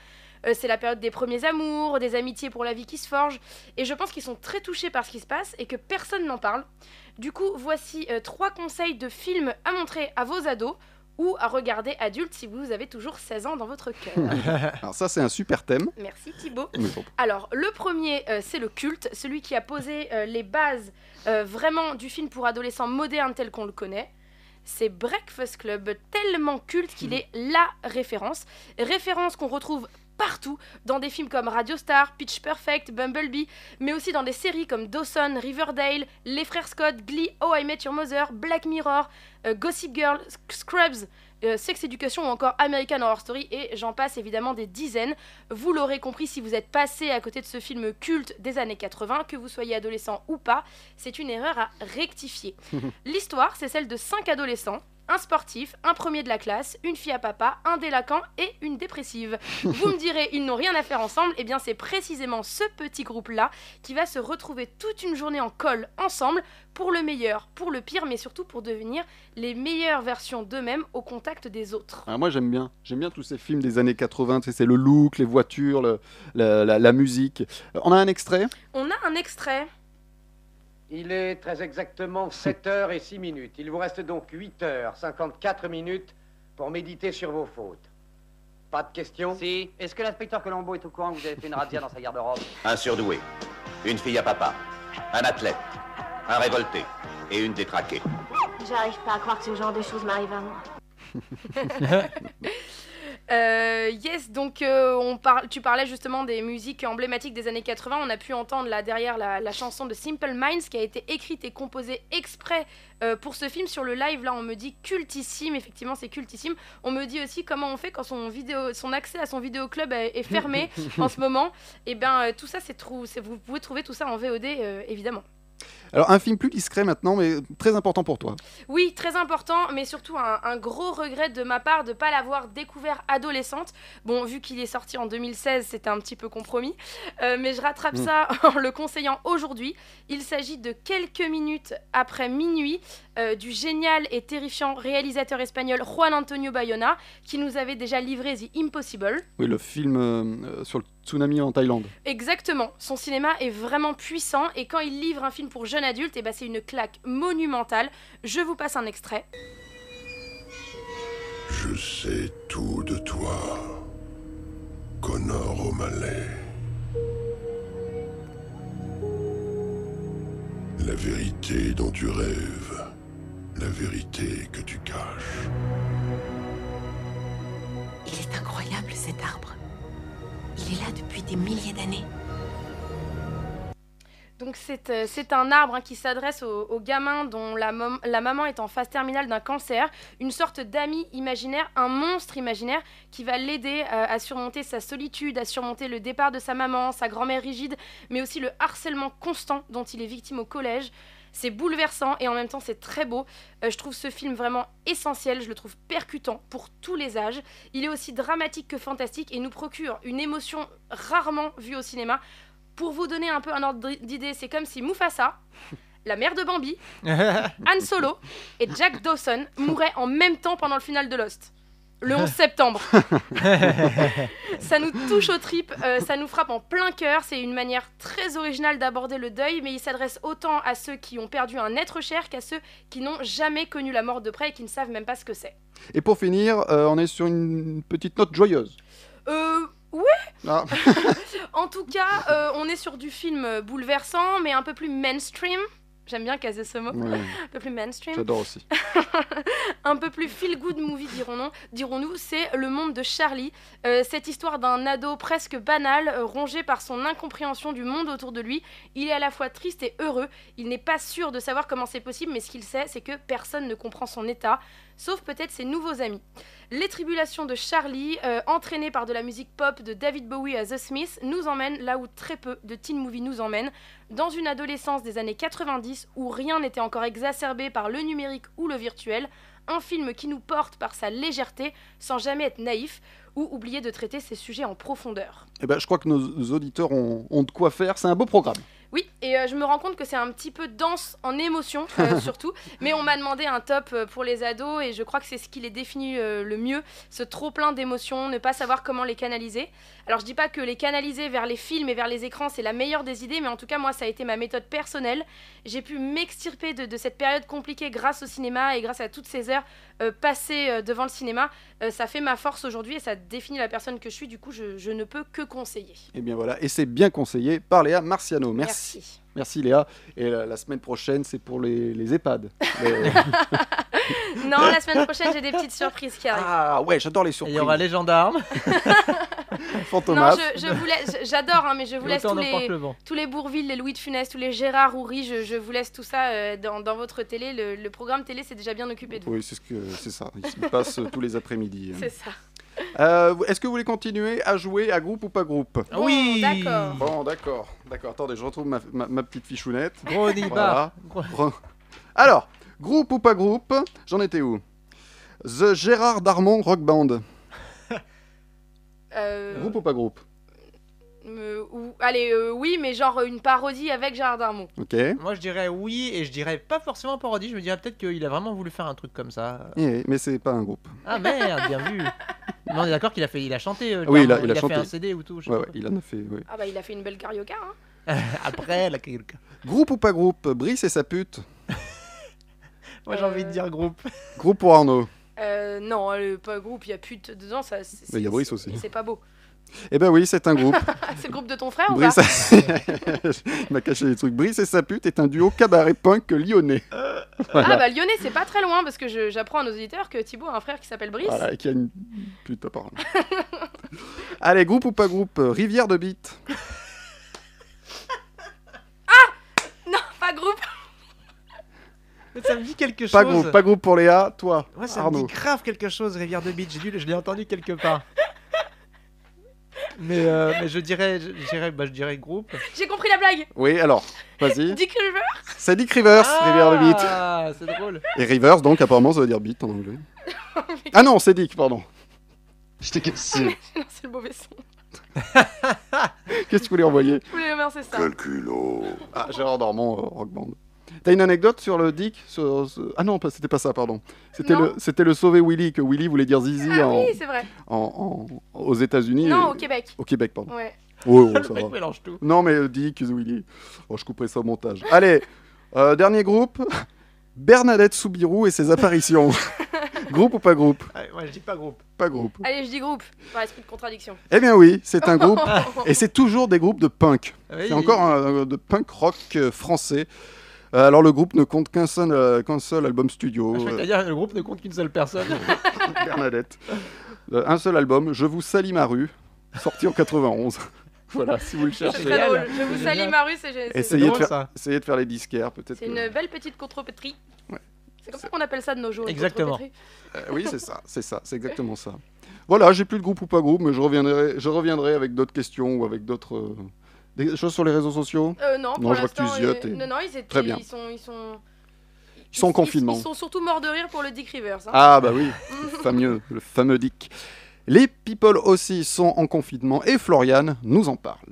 [SPEAKER 2] Euh, c'est la période des premiers amours, des amitiés pour la vie qui se forgent, et je pense qu'ils sont très touchés par ce qui se passe et que personne n'en parle. Du coup, voici euh, trois conseils de films à montrer à vos ados ou à regarder adultes si vous avez toujours 16 ans dans votre cœur.
[SPEAKER 1] Alors ça, c'est un super thème.
[SPEAKER 2] Merci Thibaut.
[SPEAKER 1] Mais bon.
[SPEAKER 2] Alors, le premier, euh, c'est le culte, celui qui a posé euh, les bases euh, vraiment du film pour adolescents moderne tel qu'on le connaît. C'est Breakfast Club, tellement culte qu'il est la référence. Référence qu'on retrouve partout, dans des films comme Radio Star, Pitch Perfect, Bumblebee, mais aussi dans des séries comme Dawson, Riverdale, Les Frères Scott, Glee, Oh I Met Your Mother, Black Mirror, euh, Gossip Girl, Sc- Scrubs, euh, Sex Education ou encore American Horror Story, et j'en passe évidemment des dizaines. Vous l'aurez compris si vous êtes passé à côté de ce film culte des années 80, que vous soyez adolescent ou pas, c'est une erreur à rectifier. L'histoire, c'est celle de cinq adolescents. Un sportif, un premier de la classe, une fille à papa, un délaquant et une dépressive. Vous me direz, ils n'ont rien à faire ensemble, et bien c'est précisément ce petit groupe-là qui va se retrouver toute une journée en colle ensemble, pour le meilleur, pour le pire, mais surtout pour devenir les meilleures versions d'eux-mêmes au contact des autres.
[SPEAKER 1] Alors moi j'aime bien, j'aime bien tous ces films des années 80, tu sais, c'est le look, les voitures, le- la, la- la musique. Euh, On a un extrait
[SPEAKER 2] On a un extrait.
[SPEAKER 9] Il est très exactement 7 heures et 6 minutes. Il vous reste donc 8 heures 54 minutes pour méditer sur vos fautes. Pas de questions
[SPEAKER 10] Si, est-ce que l'inspecteur Colombo est au courant que vous avez fait une razzia dans sa garde-robe
[SPEAKER 11] Un surdoué, une fille à papa, un athlète, un révolté et une détraquée.
[SPEAKER 12] J'arrive pas à croire que ce genre de choses m'arrive à moi.
[SPEAKER 2] Euh, yes, donc euh, on parle, tu parlais justement des musiques emblématiques des années 80. On a pu entendre là derrière la, la chanson de Simple Minds qui a été écrite et composée exprès euh, pour ce film sur le live. Là, on me dit cultissime. Effectivement, c'est cultissime. On me dit aussi comment on fait quand son vidéo, son accès à son vidéoclub est, est fermé en ce moment. Et ben euh, tout ça, c'est trou- c'est- vous pouvez trouver tout ça en VOD euh, évidemment.
[SPEAKER 1] Alors un film plus discret maintenant, mais très important pour toi.
[SPEAKER 2] Oui, très important, mais surtout un, un gros regret de ma part de ne pas l'avoir découvert adolescente. Bon, vu qu'il est sorti en 2016, c'était un petit peu compromis, Euh, mais je rattrape
[SPEAKER 1] Mm.
[SPEAKER 2] ça en le conseillant aujourd'hui. Il s'agit de quelques minutes après minuit euh, du génial et terrifiant réalisateur espagnol Juan Antonio Bayona, qui nous avait déjà livré The Impossible.
[SPEAKER 1] Oui, le film euh, euh, sur le tsunami en Thaïlande.
[SPEAKER 2] Exactement. Son cinéma est vraiment puissant et quand il livre un film pour jeunes adultes, eh ben, c'est une claque monumentale. Je vous passe un extrait.
[SPEAKER 11] Je sais tout de toi, Connor O'Malley. La vérité dont tu rêves, la vérité que tu caches.
[SPEAKER 12] Il est incroyable cet arbre. Il est là depuis des milliers d'années.
[SPEAKER 2] Donc c'est euh, c'est un arbre hein, qui s'adresse aux, aux gamins dont la, mom- la maman est en phase terminale d'un cancer, une sorte d'ami imaginaire, un monstre imaginaire qui va l'aider euh, à surmonter sa solitude, à surmonter le départ de sa maman, sa grand-mère rigide, mais aussi le harcèlement constant dont il est victime au collège. C'est bouleversant et en même temps c'est très beau. Euh, je trouve ce film vraiment essentiel, je le trouve percutant pour tous les âges. Il est aussi dramatique que fantastique et nous procure une émotion rarement vue au cinéma. Pour vous donner un peu un ordre d'idée, c'est comme si Mufasa, la mère de Bambi, Han Solo et Jack Dawson mouraient en même temps pendant le final de Lost. Le 11 septembre. ça nous touche aux tripes, euh, ça nous frappe en plein cœur. C'est une manière très originale d'aborder le deuil, mais il s'adresse autant à ceux qui ont perdu un être cher qu'à ceux qui n'ont jamais connu la mort de près et qui ne savent même pas ce que c'est.
[SPEAKER 1] Et pour finir, euh, on est sur une petite note joyeuse.
[SPEAKER 2] Euh, oui,
[SPEAKER 1] Ah,
[SPEAKER 2] En tout cas, euh, on est sur du film euh, bouleversant, mais un peu plus mainstream. J'aime bien caser ce mot.
[SPEAKER 1] ouais,
[SPEAKER 2] Un peu plus mainstream.
[SPEAKER 1] j'adore aussi.
[SPEAKER 2] un peu plus feel good movie dirons-nous, dirons-nous, c'est le monde de Charlie, Euh, cette histoire d'un ado presque banal, euh, rongé par son incompréhension du monde autour de lui. Il est à la fois triste et heureux. Il n'est pas sûr de savoir comment c'est possible, mais ce qu'il sait, c'est que personne ne comprend son état. sauf peut-être ses nouveaux amis. Les tribulations de Charlie, euh, entraînées par de la musique pop de David Bowie à The Smith, nous emmènent là où très peu de teen movie nous emmène, dans une adolescence des années 90 où rien n'était encore exacerbé par le numérique ou le virtuel, un film qui nous porte par sa légèreté sans jamais être naïf ou oublier de traiter ses sujets en profondeur.
[SPEAKER 1] Eh ben, je crois que nos nos auditeurs ont, ont de quoi faire. C'est un beau programme.
[SPEAKER 2] Oui, et euh, je me rends compte que c'est un petit peu dense en émotion, euh, surtout. Mais on m'a demandé un top euh, pour les ados, et je crois que c'est ce qui les définit euh, le mieux ce trop-plein d'émotions, ne pas savoir comment les canaliser. Alors, je dis pas que les canaliser vers les films et vers les écrans, c'est la meilleure des idées, mais en tout cas, moi, ça a été ma méthode personnelle. J'ai pu m'extirper de, de cette période compliquée grâce au cinéma et grâce à toutes ces heures euh, passées euh, devant le cinéma. Euh, ça fait ma force aujourd'hui et ça définit la personne que je suis. Du coup, je- je ne peux que conseiller.
[SPEAKER 1] Et Eh bien voilà, et c'est bien conseillé par Léa Marciano. Merci.
[SPEAKER 2] Merci.
[SPEAKER 1] Merci Léa. Et la, la semaine prochaine, c'est pour les, les EHPAD. Les-
[SPEAKER 2] Non, la semaine prochaine, j'ai des petites surprises qui arrivent.
[SPEAKER 1] ah ouais, j'adore les surprises. Il y aura les
[SPEAKER 3] gendarmes.
[SPEAKER 1] Fantomas.
[SPEAKER 2] Non, je, je vous laisse, j'adore, hein, mais je vous
[SPEAKER 3] Et
[SPEAKER 2] laisse
[SPEAKER 3] autant
[SPEAKER 2] tous
[SPEAKER 3] on emporte
[SPEAKER 2] les,
[SPEAKER 3] le vent.
[SPEAKER 2] tous les Bourville, les Louis de Funès, tous les Gérard Houry, je, je vous laisse tout ça euh, dans, dans votre télé. Le, le programme télé, c'est déjà bien occupé de vous.
[SPEAKER 1] Oui, c'est ce que c'est ça. Il se passe tous les après-midi.
[SPEAKER 2] C'est ça.
[SPEAKER 1] Euh, Est-ce que vous voulez continuer à jouer à groupe ou pas groupe
[SPEAKER 3] Ah
[SPEAKER 2] Bon, Oui. d'accord.
[SPEAKER 1] Bon, d'accord. D'accord. Attendez, je retrouve ma, ma- ma petite fichounette.
[SPEAKER 3] Gros nibar.
[SPEAKER 1] Re- Alors, groupe ou pas groupe J'en étais où The Gérard Darmon Rock Band.
[SPEAKER 2] Euh,
[SPEAKER 1] Groupe ou pas groupe
[SPEAKER 2] euh, ou- allez, euh, oui, mais genre une parodie avec Gérard Darmon.
[SPEAKER 1] Ok. Eh,
[SPEAKER 3] Moi je dirais oui et je dirais pas forcément parodie, je me dirais peut-être qu'il a vraiment voulu faire un truc comme ça.
[SPEAKER 1] Eh, mais c'est pas un groupe.
[SPEAKER 3] Ah merde, bien vu. Mais on est d'accord qu'il a fait, il a chanté. euh,
[SPEAKER 1] Ah oui, il a,
[SPEAKER 3] Darmon,
[SPEAKER 1] il a chanté.
[SPEAKER 3] fait un CD ou tout. je sais
[SPEAKER 1] Ouais,
[SPEAKER 3] pas
[SPEAKER 1] ouais, il en a fait. ouais.
[SPEAKER 2] Ah bah, il a fait une belle carioca, hein.
[SPEAKER 3] quoi. Après la Kirk.
[SPEAKER 1] Groupe ou pas groupe Brice et sa pute.
[SPEAKER 3] Moi j'ai envie de dire groupe.
[SPEAKER 1] Groupe ou Arnaud
[SPEAKER 2] Euh, non, le pas groupe, il y a pute dedans, ça. c'est-
[SPEAKER 1] Mais il y a Brice aussi.
[SPEAKER 2] C'est pas beau.
[SPEAKER 1] Eh ben oui, c'est un groupe.
[SPEAKER 2] c'est le groupe de ton frère ou
[SPEAKER 1] Brice,
[SPEAKER 2] pas
[SPEAKER 1] il m'a caché des trucs. Brice et sa pute est un duo cabaret punk lyonnais.
[SPEAKER 3] Euh,
[SPEAKER 1] Voilà.
[SPEAKER 2] Ah bah Lyonnais, c'est pas très loin parce que je- j'apprends à nos auditeurs que Thibaut a un frère qui s'appelle Brice.
[SPEAKER 1] Voilà, et qui a une pute apparemment. Allez, groupe ou pas groupe euh, Rivière de bite.
[SPEAKER 2] Non, pas groupe.
[SPEAKER 3] Ça me dit quelque
[SPEAKER 1] Pas
[SPEAKER 3] chose.
[SPEAKER 1] groupe, pas groupe pour Léa, toi,
[SPEAKER 3] Moi ça
[SPEAKER 1] Arnaud.
[SPEAKER 3] me dit grave quelque chose, Rivière de Beach. J'ai dû- Je l'ai entendu quelque part. Mais, euh, mais je dirais, je je dirais, bah, je dirais groupe.
[SPEAKER 2] J'ai compris la blague.
[SPEAKER 1] Oui, alors, vas-y.
[SPEAKER 2] Dick River
[SPEAKER 1] C'est Dick Rivers, Rivière de bite.
[SPEAKER 3] Ah, c'est drôle.
[SPEAKER 1] Et Rivers, donc, apparemment, ça veut dire bite en anglais. ah non, c'est Dick, pardon. Je t'ai cassé.
[SPEAKER 2] Non, c'est le mauvais son.
[SPEAKER 1] Qu'est-ce que tu voulais envoyer
[SPEAKER 2] Je voulais le c'est ça.
[SPEAKER 1] culot Ah, Gérard Dormand, euh, Rock Band. T'as une anecdote sur le Dick sur- sur- Ah non, pas- c'était pas ça, pardon. C'était
[SPEAKER 2] Non.
[SPEAKER 1] le, c'était le sauver Willy, que Willy voulait dire zizi
[SPEAKER 2] Ah
[SPEAKER 1] en,
[SPEAKER 2] oui, c'est vrai.
[SPEAKER 1] en- en- aux États-Unis.
[SPEAKER 2] Non,
[SPEAKER 1] et-
[SPEAKER 2] au Québec.
[SPEAKER 1] Au Québec, pardon.
[SPEAKER 2] Ouais.
[SPEAKER 1] Ouais, ouais,
[SPEAKER 3] Le
[SPEAKER 1] ça
[SPEAKER 3] mec
[SPEAKER 1] va.
[SPEAKER 3] mélange tout.
[SPEAKER 1] Non, mais euh, Dick, Willy. Oh, je couperai ça au montage. Allez, euh, dernier groupe. Bernadette Soubirou et ses apparitions. groupe ou pas groupe
[SPEAKER 3] Ouais, ouais, je dis pas groupe.
[SPEAKER 1] Pas groupe.
[SPEAKER 2] Allez, je dis groupe, par esprit de contradiction.
[SPEAKER 1] Eh bien oui, c'est un groupe, et c'est toujours des groupes de punk.
[SPEAKER 3] Oui.
[SPEAKER 1] C'est encore un, de punk rock euh, français. Euh, alors le groupe ne compte qu'un seul, euh, qu'un seul album studio, euh,
[SPEAKER 3] C'est-à-dire le groupe ne compte qu'une seule personne.
[SPEAKER 1] Bernadette. Euh, un seul album, Je vous salis ma rue, sorti en 91. voilà, si vous le
[SPEAKER 2] C'est
[SPEAKER 1] cherchez.
[SPEAKER 2] très drôle. Je vous salis ma rue, c'est c'est-
[SPEAKER 1] Essayez, de
[SPEAKER 3] drôle,
[SPEAKER 1] faire,
[SPEAKER 3] ça.
[SPEAKER 1] essayez de faire les disquaires, peut-être.
[SPEAKER 2] C'est
[SPEAKER 1] que-
[SPEAKER 2] une belle petite contrepétrie. C'est comme ça qu'on appelle ça de nos jours. une
[SPEAKER 1] Exactement.
[SPEAKER 2] contrepétrie.
[SPEAKER 1] Euh, oui, c'est ça, c'est ça, c'est exactement ça. Voilà, j'ai plus de groupe ou pas groupe, mais je reviendrai, je reviendrai avec d'autres questions ou avec d'autres euh, des choses sur les réseaux sociaux.
[SPEAKER 2] Euh, non,
[SPEAKER 1] non
[SPEAKER 2] pour
[SPEAKER 1] je vois que tu
[SPEAKER 2] l'instant,
[SPEAKER 1] ziotes.
[SPEAKER 2] euh,
[SPEAKER 1] et-
[SPEAKER 2] non, non, ils, étaient,
[SPEAKER 1] Très bien.
[SPEAKER 2] ils sont, ils sont,
[SPEAKER 1] Ils sont en confinement.
[SPEAKER 2] ils sont surtout morts de rire pour le Dick Rivers. hein.
[SPEAKER 1] Ah bah oui, le fameux, le fameux Dick. Les people aussi sont en confinement et Floriane nous en parle.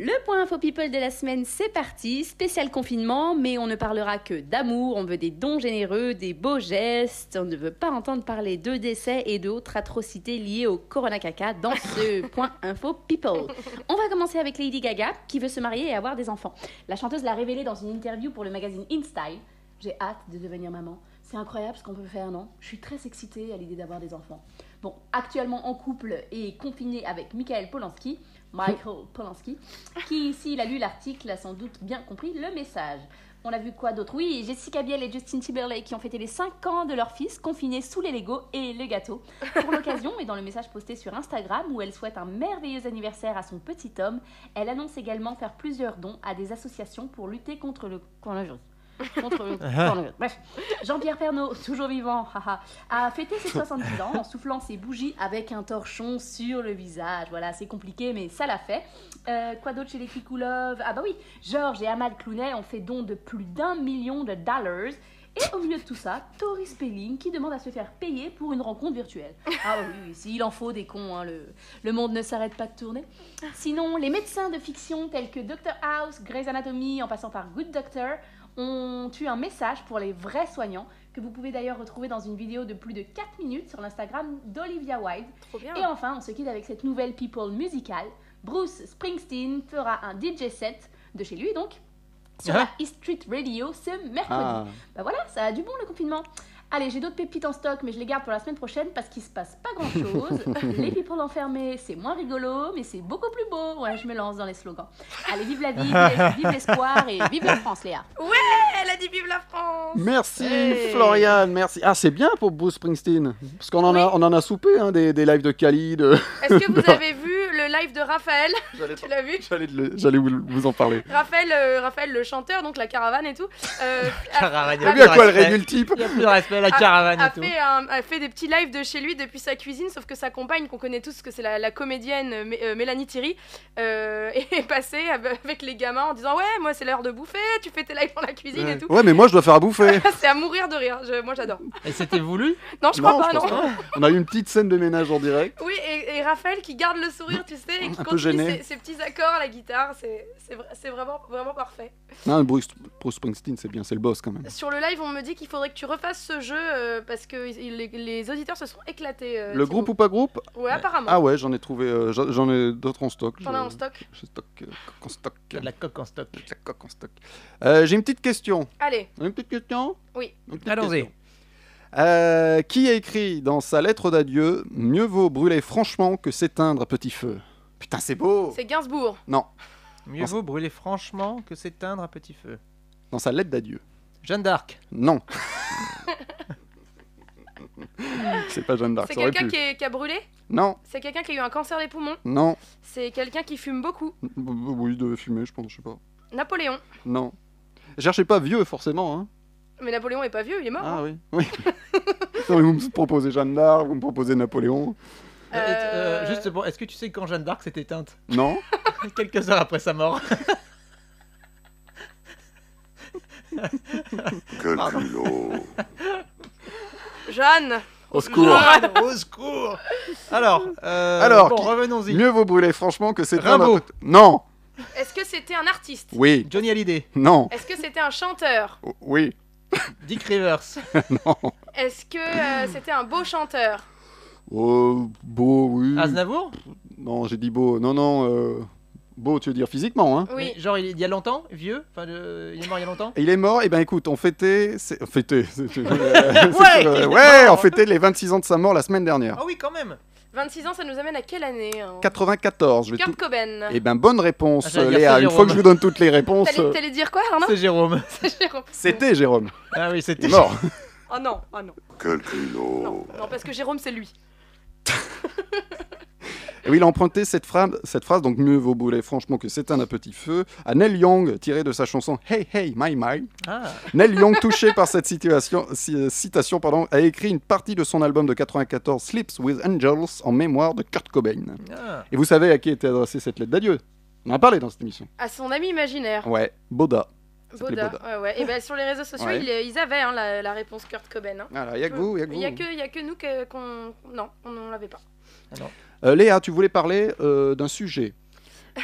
[SPEAKER 13] Le point info people de la semaine, c'est parti. Spécial confinement, mais on ne parlera que d'amour. On veut des dons généreux, des beaux gestes. On ne veut pas entendre parler de décès et d'autres atrocités liées au corona caca dans ce point info people. On va commencer avec Lady Gaga, qui veut se marier et avoir des enfants. La chanteuse l'a révélé dans une interview pour le magazine InStyle. J'ai hâte de devenir maman. C'est incroyable ce qu'on peut faire, non Je suis très excitée à l'idée d'avoir des enfants. Bon, actuellement en couple et confinée avec Michael Polanski, Michael Polanski, qui, s'il a lu l'article, a sans doute bien compris le message. On a vu quoi d'autre Oui, Jessica Biel et Justin Timberlake qui ont fêté les 5 ans de leur fils, confinés sous les Legos et le gâteau. Pour l'occasion, et dans le message posté sur Instagram où elle souhaite un merveilleux anniversaire à son petit homme, elle annonce également faire plusieurs dons à des associations pour lutter contre le coronavirus. contre
[SPEAKER 9] Ah
[SPEAKER 13] le corneau. Bref, Jean-Pierre Pernaud, toujours vivant, haha, a fêté ses 70 ans en soufflant ses bougies avec un torchon sur le visage. Voilà, c'est compliqué, mais ça l'a fait. Euh, quoi d'autre chez les Kikoulov Ah bah oui, Georges et Amal Clounet ont fait don de plus d'un million de dollars. Et au milieu de tout ça, Tori Spelling qui demande à se faire payer pour une rencontre virtuelle. Ah oui, oui, si, il en faut des cons, hein, le, le monde ne s'arrête pas de tourner. Sinon, les médecins de fiction tels que Dr House, Grey's Anatomy, en passant par Good Doctor, ont eu un message pour les vrais soignants que vous pouvez d'ailleurs retrouver dans une vidéo de plus de 4 minutes sur l'Instagram d'Olivia Wilde. Et enfin, on se quitte avec cette nouvelle people musicale. Bruce Springsteen fera un DJ set de chez lui donc sur
[SPEAKER 3] Ah.
[SPEAKER 13] la East Street Radio ce mercredi.
[SPEAKER 3] Ah.
[SPEAKER 13] Bah voilà, ça a du bon le confinement. Allez, j'ai d'autres pépites en stock, mais je les garde pour la semaine prochaine parce qu'il se passe pas grand chose. les people enfermés, c'est moins rigolo, mais c'est beaucoup plus beau. Ouais, je me lance dans les slogans. Allez, vive la vie, vive- vive l'espoir et vive la France, Léa.
[SPEAKER 2] Ouais, elle a dit vive la France
[SPEAKER 1] Merci
[SPEAKER 2] Hey.
[SPEAKER 1] Florian, merci. Ah, c'est bien pour Bruce Springsteen, parce qu'on en, a, on en a soupé hein, des, des lives de Cali. de-
[SPEAKER 2] Est-ce que vous
[SPEAKER 1] de-
[SPEAKER 2] avez vu le live de Raphaël Tu l'as vu
[SPEAKER 1] J'allais, le- j'allais vous, vous en parler.
[SPEAKER 2] Raphaël, euh, Raphaël le chanteur, donc la caravane et tout. euh,
[SPEAKER 3] Caravane.
[SPEAKER 1] T'as vu à quoi elle réduit le type
[SPEAKER 3] Il y a plus de respect, la caravane
[SPEAKER 2] Ah, a,
[SPEAKER 3] et tout.
[SPEAKER 2] Fait euh, un- a fait des petits lives de chez lui depuis sa cuisine, sauf que sa compagne, qu'on connaît tous, que c'est la, la comédienne euh, Mé- euh, Mélanie Thierry, euh, est passée av- avec les gamins en disant Ouais, moi c'est l'heure de bouffer, tu fais tes lives dans la cuisine et
[SPEAKER 1] Ouais.
[SPEAKER 2] tout.
[SPEAKER 1] Ouais, mais moi je dois faire à bouffer.
[SPEAKER 2] c'est à mourir de rire, Je- moi j'adore.
[SPEAKER 3] Et c'était voulu
[SPEAKER 2] Non, je crois pas,
[SPEAKER 1] pense
[SPEAKER 2] non.
[SPEAKER 1] On a eu une petite scène de ménage en direct.
[SPEAKER 2] Oui, et, et Raphaël qui garde le sourire, tu sais, et qui
[SPEAKER 1] Un peu
[SPEAKER 2] continue
[SPEAKER 1] gêné.
[SPEAKER 2] ses, ses petits accords à la guitare, c'est c'est vra- c'est vraiment, vraiment parfait.
[SPEAKER 1] Non, Bruce, Bruce Springsteen, c'est bien, c'est le boss quand même.
[SPEAKER 2] Sur le live, on me dit qu'il faudrait que tu refasses ce jeu euh, parce que il- les, les auditeurs se sont éclatés. euh,
[SPEAKER 1] Le
[SPEAKER 2] Thibaut.
[SPEAKER 1] groupe ou pas groupe
[SPEAKER 2] Ouais, apparemment.
[SPEAKER 1] Ah ouais, j'en ai trouvé, euh, j'en j'en ai d'autres en stock.
[SPEAKER 2] T'en
[SPEAKER 1] Je-
[SPEAKER 2] as en stock
[SPEAKER 1] Je stock, euh, coque en stock.
[SPEAKER 3] de la coque en stock.
[SPEAKER 1] De la coque en stock. Euh, J'ai une petite question.
[SPEAKER 2] Allez.
[SPEAKER 1] Une petite question
[SPEAKER 2] Oui.
[SPEAKER 1] Une petite question. Euh, qui a écrit dans sa lettre d'adieu Mieux vaut brûler franchement que s'éteindre à petit feu Putain, c'est beau
[SPEAKER 2] C'est Gainsbourg.
[SPEAKER 1] Non,
[SPEAKER 3] Mieux vaut brûler franchement que s'éteindre à petit feu.
[SPEAKER 1] dans sa lettre d'adieu.
[SPEAKER 3] Jeanne d'Arc.
[SPEAKER 1] Non. c'est pas Jeanne d'Arc,
[SPEAKER 2] C'est
[SPEAKER 1] ça aurait
[SPEAKER 2] quelqu'un
[SPEAKER 1] pu.
[SPEAKER 2] qui, est- qui a brûlé
[SPEAKER 1] Non,
[SPEAKER 2] C'est quelqu'un qui a eu un cancer des poumons
[SPEAKER 1] non.
[SPEAKER 2] C'est quelqu'un qui fume beaucoup
[SPEAKER 1] Oui, de fumer, je pense, je sais pas.
[SPEAKER 2] Napoléon.
[SPEAKER 1] Non. Cherchez pas vieux, forcément. Hein.
[SPEAKER 2] Mais Napoléon est pas vieux, il est mort. hein.
[SPEAKER 1] Ah oui. oui. non, mais vous me proposez Jeanne d'Arc, vous me proposez Napoléon.
[SPEAKER 3] Euh, euh, juste pour, est-ce que tu sais quand Jeanne d'Arc s'est éteinte
[SPEAKER 1] Non.
[SPEAKER 3] Quelques heures après sa mort. Pardon.
[SPEAKER 2] Jeanne
[SPEAKER 1] Au secours.
[SPEAKER 2] Ah,
[SPEAKER 3] Jeanne, au secours Alors, euh,
[SPEAKER 1] Alors,
[SPEAKER 3] bon,
[SPEAKER 1] qui-
[SPEAKER 3] revenons-y.
[SPEAKER 1] mieux vaut brûler, franchement, que s'éteindre.
[SPEAKER 3] Rimbaud.
[SPEAKER 1] à petit- Non.
[SPEAKER 2] Est-ce que c'était un artiste
[SPEAKER 1] Oui.
[SPEAKER 3] Johnny Hallyday.
[SPEAKER 1] Non.
[SPEAKER 2] Est-ce que c'était un chanteur
[SPEAKER 1] O- Oui.
[SPEAKER 3] Dick Rivers.
[SPEAKER 1] non.
[SPEAKER 2] Est-ce que euh, c'était un beau chanteur
[SPEAKER 1] Oh, beau, oui.
[SPEAKER 3] Aznavour
[SPEAKER 1] Non, j'ai dit beau. Non, non. euh, Beau, tu veux dire physiquement, hein
[SPEAKER 3] Oui. genre, il, il y a longtemps Vieux Enfin, euh, il est mort il y a longtemps
[SPEAKER 1] Et Il est mort, et ben écoute, on fêtait. c'est- Fêtait. c'est- c'est- euh,
[SPEAKER 3] Ouais,
[SPEAKER 1] c'est-
[SPEAKER 3] il est
[SPEAKER 1] euh,
[SPEAKER 3] mort.
[SPEAKER 1] ouais, on fêtait les 26 ans de sa mort la semaine dernière.
[SPEAKER 2] Ah oui, quand même 26 ans, ça nous amène à quelle année hein
[SPEAKER 1] 94, je vais
[SPEAKER 2] Kurt
[SPEAKER 1] tout.
[SPEAKER 2] Cobain.
[SPEAKER 1] Eh ben bonne réponse,
[SPEAKER 3] Ah, j'allais dire
[SPEAKER 1] Léa.
[SPEAKER 3] c'est
[SPEAKER 1] Une fois que
[SPEAKER 3] Jérôme.
[SPEAKER 1] je vous donne toutes les réponses.
[SPEAKER 2] T'allais t'allais dire quoi, Arnaud
[SPEAKER 3] C'est Jérôme.
[SPEAKER 2] C'est Jérôme.
[SPEAKER 1] C'était Jérôme.
[SPEAKER 3] Ah oui, c'était.
[SPEAKER 1] Il est mort.
[SPEAKER 2] Oh non, oh non.
[SPEAKER 1] Quel
[SPEAKER 2] Non, non, parce que Jérôme, c'est lui.
[SPEAKER 1] Et oui, il a emprunté cette phrase, cette phrase donc mieux vaut brûler franchement que s'éteindre à petit feu, à Neil Young, tirée de sa chanson Hey Hey My My.
[SPEAKER 3] Ah.
[SPEAKER 1] Neil Young, touché par cette situation, ci- euh, citation, pardon, a écrit une partie de son album de 94 Sleeps with Angels en mémoire de Kurt Cobain.
[SPEAKER 2] Ah.
[SPEAKER 1] Et vous savez à qui était adressée cette lettre d'adieu On en a parlé dans cette émission.
[SPEAKER 2] À son ami imaginaire.
[SPEAKER 1] Ouais, Boda. Il s'appelait
[SPEAKER 2] Boda. Ouais, ouais. Et ben, sur les réseaux sociaux,
[SPEAKER 1] Ouais.
[SPEAKER 2] ils, ils avaient hein, la, la réponse Kurt Cobain. Hein.
[SPEAKER 1] Voilà, y a que vous, y a que
[SPEAKER 2] Il y a
[SPEAKER 1] vous.
[SPEAKER 2] que, y a que nous que- qu'on. non, on ne l'avait pas.
[SPEAKER 1] Euh, Léa, tu voulais parler euh, d'un sujet.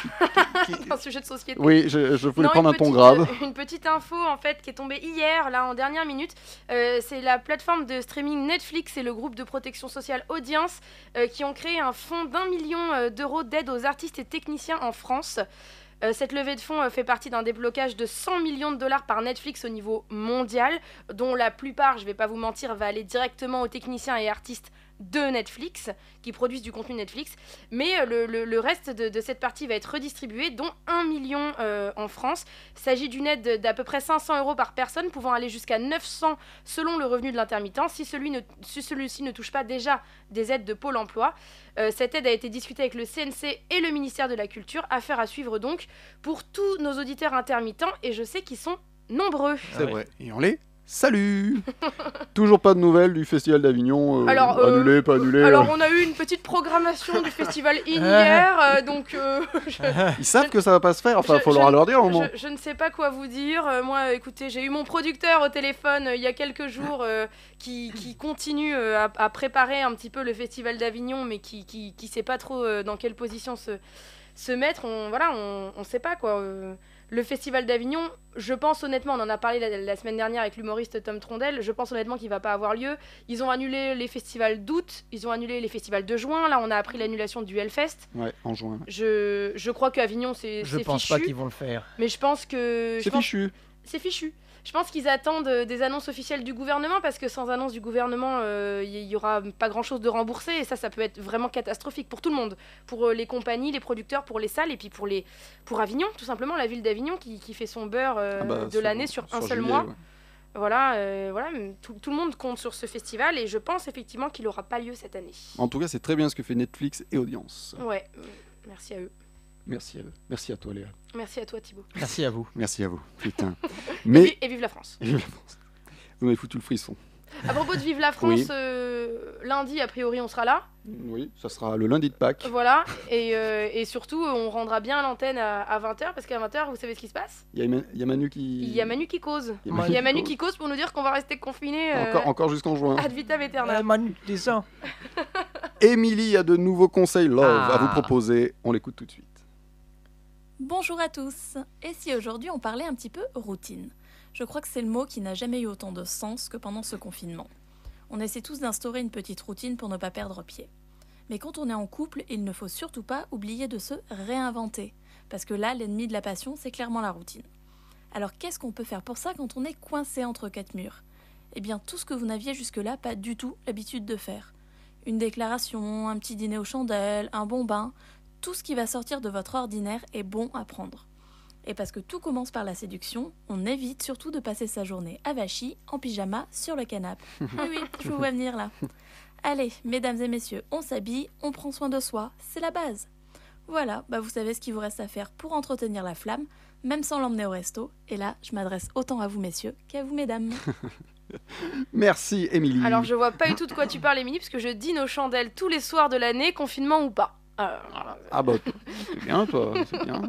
[SPEAKER 2] C'est un sujet de société.
[SPEAKER 1] Oui, je, je voulais
[SPEAKER 2] Non,
[SPEAKER 1] prendre un
[SPEAKER 2] une
[SPEAKER 1] ton
[SPEAKER 2] petite- euh,
[SPEAKER 1] grave.
[SPEAKER 2] Une petite info en fait qui est tombée hier, là en dernière minute. Euh, c'est la plateforme de streaming Netflix et le groupe de protection sociale Audience euh, qui ont créé un fonds d'un million euh, d'euros d'aide aux artistes et techniciens en France. Euh, cette levée de fonds euh, fait partie d'un déblocage de 100 millions de dollars par Netflix au niveau mondial, dont la plupart, je vais pas vous mentir, va aller directement aux techniciens et artistes de Netflix, qui produisent du contenu Netflix. Mais euh, le, le- le reste de, de cette partie va être redistribué, dont 1 million euh, en France. Il s'agit d'une aide d'à peu près 500 euros par personne, pouvant aller jusqu'à 900 selon le revenu de l'intermittent, si celui ne- si celui-ci ne touche pas déjà des aides de Pôle emploi. Euh, cette aide a été discutée avec le CNC et le ministère de la Culture. Affaire à suivre donc pour tous nos auditeurs intermittents, et je sais qu'ils sont nombreux.
[SPEAKER 1] C'est vrai. Et on les salue Toujours pas de nouvelles du Festival d'Avignon. euh,
[SPEAKER 2] Alors, euh,
[SPEAKER 1] annulé, pas annulé.
[SPEAKER 2] Alors
[SPEAKER 1] euh.
[SPEAKER 2] on a eu une petite programmation du festival in hier, euh, donc euh, je,
[SPEAKER 1] Ils savent que ça va pas se faire. Enfin,
[SPEAKER 2] je-
[SPEAKER 1] faut leur,
[SPEAKER 2] je-
[SPEAKER 1] leur dire au moins.
[SPEAKER 2] je- je ne sais pas quoi vous dire. Euh, moi, écoutez, j'ai eu mon producteur au téléphone euh, il y a quelques jours euh, qui, qui continue euh, à, à préparer un petit peu le festival d'Avignon, mais qui, qui, qui sait pas trop euh, dans quelle position se, se mettre. On voilà, on, on sait pas quoi. euh. le festival d'Avignon, je pense honnêtement, on en a parlé la, la semaine dernière avec l'humoriste Tom Trondel, je pense honnêtement qu'il va pas avoir lieu. Ils ont annulé les festivals d'août, ils ont annulé les festivals de juin. Là, on a appris l'annulation du Hellfest.
[SPEAKER 1] Ouais, en juin.
[SPEAKER 2] Je, je crois qu'Avignon, c'est
[SPEAKER 3] Je
[SPEAKER 2] c'est
[SPEAKER 3] pense
[SPEAKER 2] fichu.
[SPEAKER 3] pas qu'ils vont le faire.
[SPEAKER 2] Mais je pense que. je
[SPEAKER 1] C'est
[SPEAKER 2] pense-
[SPEAKER 1] fichu.
[SPEAKER 2] C'est fichu. Je pense qu'ils attendent euh, des annonces officielles du gouvernement parce que sans annonce du gouvernement, euh, il y, y aura pas grand chose de remboursé et ça, ça peut être vraiment catastrophique pour tout le monde, pour euh, les compagnies, les producteurs, pour les salles et puis pour les pour Avignon, tout simplement la ville d'Avignon qui, qui fait son beurre euh,
[SPEAKER 1] Ah bah,
[SPEAKER 2] de
[SPEAKER 1] sur-
[SPEAKER 2] l'année sur, un
[SPEAKER 1] sur
[SPEAKER 2] seul
[SPEAKER 1] juillet,
[SPEAKER 2] mois.
[SPEAKER 1] ouais.
[SPEAKER 2] Voilà, euh, voilà, tout, tout le monde compte sur ce festival et je pense effectivement qu'il n'aura pas lieu cette année.
[SPEAKER 1] En tout cas, c'est très bien ce que fait Netflix et Audience.
[SPEAKER 2] Ouais, euh, merci à eux.
[SPEAKER 1] Merci à eux. Merci à toi, Léa.
[SPEAKER 2] Merci à toi Thibaut.
[SPEAKER 3] Merci à vous.
[SPEAKER 1] Merci à vous. Putain.
[SPEAKER 2] Et,
[SPEAKER 1] Mais.
[SPEAKER 2] vi- et vive la France.
[SPEAKER 1] Vive la France. Vous m'avez foutu le frisson.
[SPEAKER 2] À propos de Vive la France,
[SPEAKER 1] Oui.
[SPEAKER 2] euh, lundi, a priori, on sera là.
[SPEAKER 1] Oui, ça sera le lundi de Pâques.
[SPEAKER 2] Voilà. Et, euh, et surtout, on rendra bien l'antenne à, 20h, parce qu'à 20h, vous savez ce qui se passe
[SPEAKER 1] Il y, a Eman- il y a Manu qui.
[SPEAKER 2] Il y a Manu qui cause.
[SPEAKER 1] Il y a Manu
[SPEAKER 2] Il y a
[SPEAKER 1] qui
[SPEAKER 2] Manu
[SPEAKER 1] cause.
[SPEAKER 2] qui cause pour nous dire qu'on va rester confinés. euh,
[SPEAKER 1] Encore, encore jusqu'en juin.
[SPEAKER 2] Ad vitam aeternam.
[SPEAKER 3] Manu, descends.
[SPEAKER 1] Émilie a de nouveaux conseils love à
[SPEAKER 3] Ah.
[SPEAKER 1] vous proposer. On l'écoute tout de suite.
[SPEAKER 14] Bonjour à tous Et si aujourd'hui on parlait un petit peu routine Je crois que c'est le mot qui n'a jamais eu autant de sens que pendant ce confinement. On essaie tous d'instaurer une petite routine pour ne pas perdre pied. Mais quand on est en couple, il ne faut surtout pas oublier de se réinventer, parce que là, l'ennemi de la passion, c'est clairement la routine. Alors qu'est-ce qu'on peut faire pour ça quand on est coincé entre quatre murs Eh bien tout ce que vous n'aviez jusque-là pas du tout l'habitude de faire. Une déclaration, un petit dîner aux chandelles, un bon bain, tout ce qui va sortir de votre ordinaire est bon à prendre. Et parce que tout commence par la séduction, on évite surtout de passer sa journée avachie, en pyjama, sur le canapé. Oui, oui, je vous vois venir là. Allez, mesdames et messieurs, on s'habille, on prend soin de soi, c'est la base. Voilà, bah vous savez ce qu'il vous reste à faire pour entretenir la flamme, même sans l'emmener au resto. Et là, je m'adresse autant à vous messieurs qu'à vous mesdames.
[SPEAKER 1] Merci, Émilie.
[SPEAKER 2] Alors, je vois pas du tout de quoi tu parles, Émilie, parce que je dîne aux chandelles tous les soirs de l'année, confinement ou pas. Euh,
[SPEAKER 1] Ah bah, c'est bien, toi. C'est bien.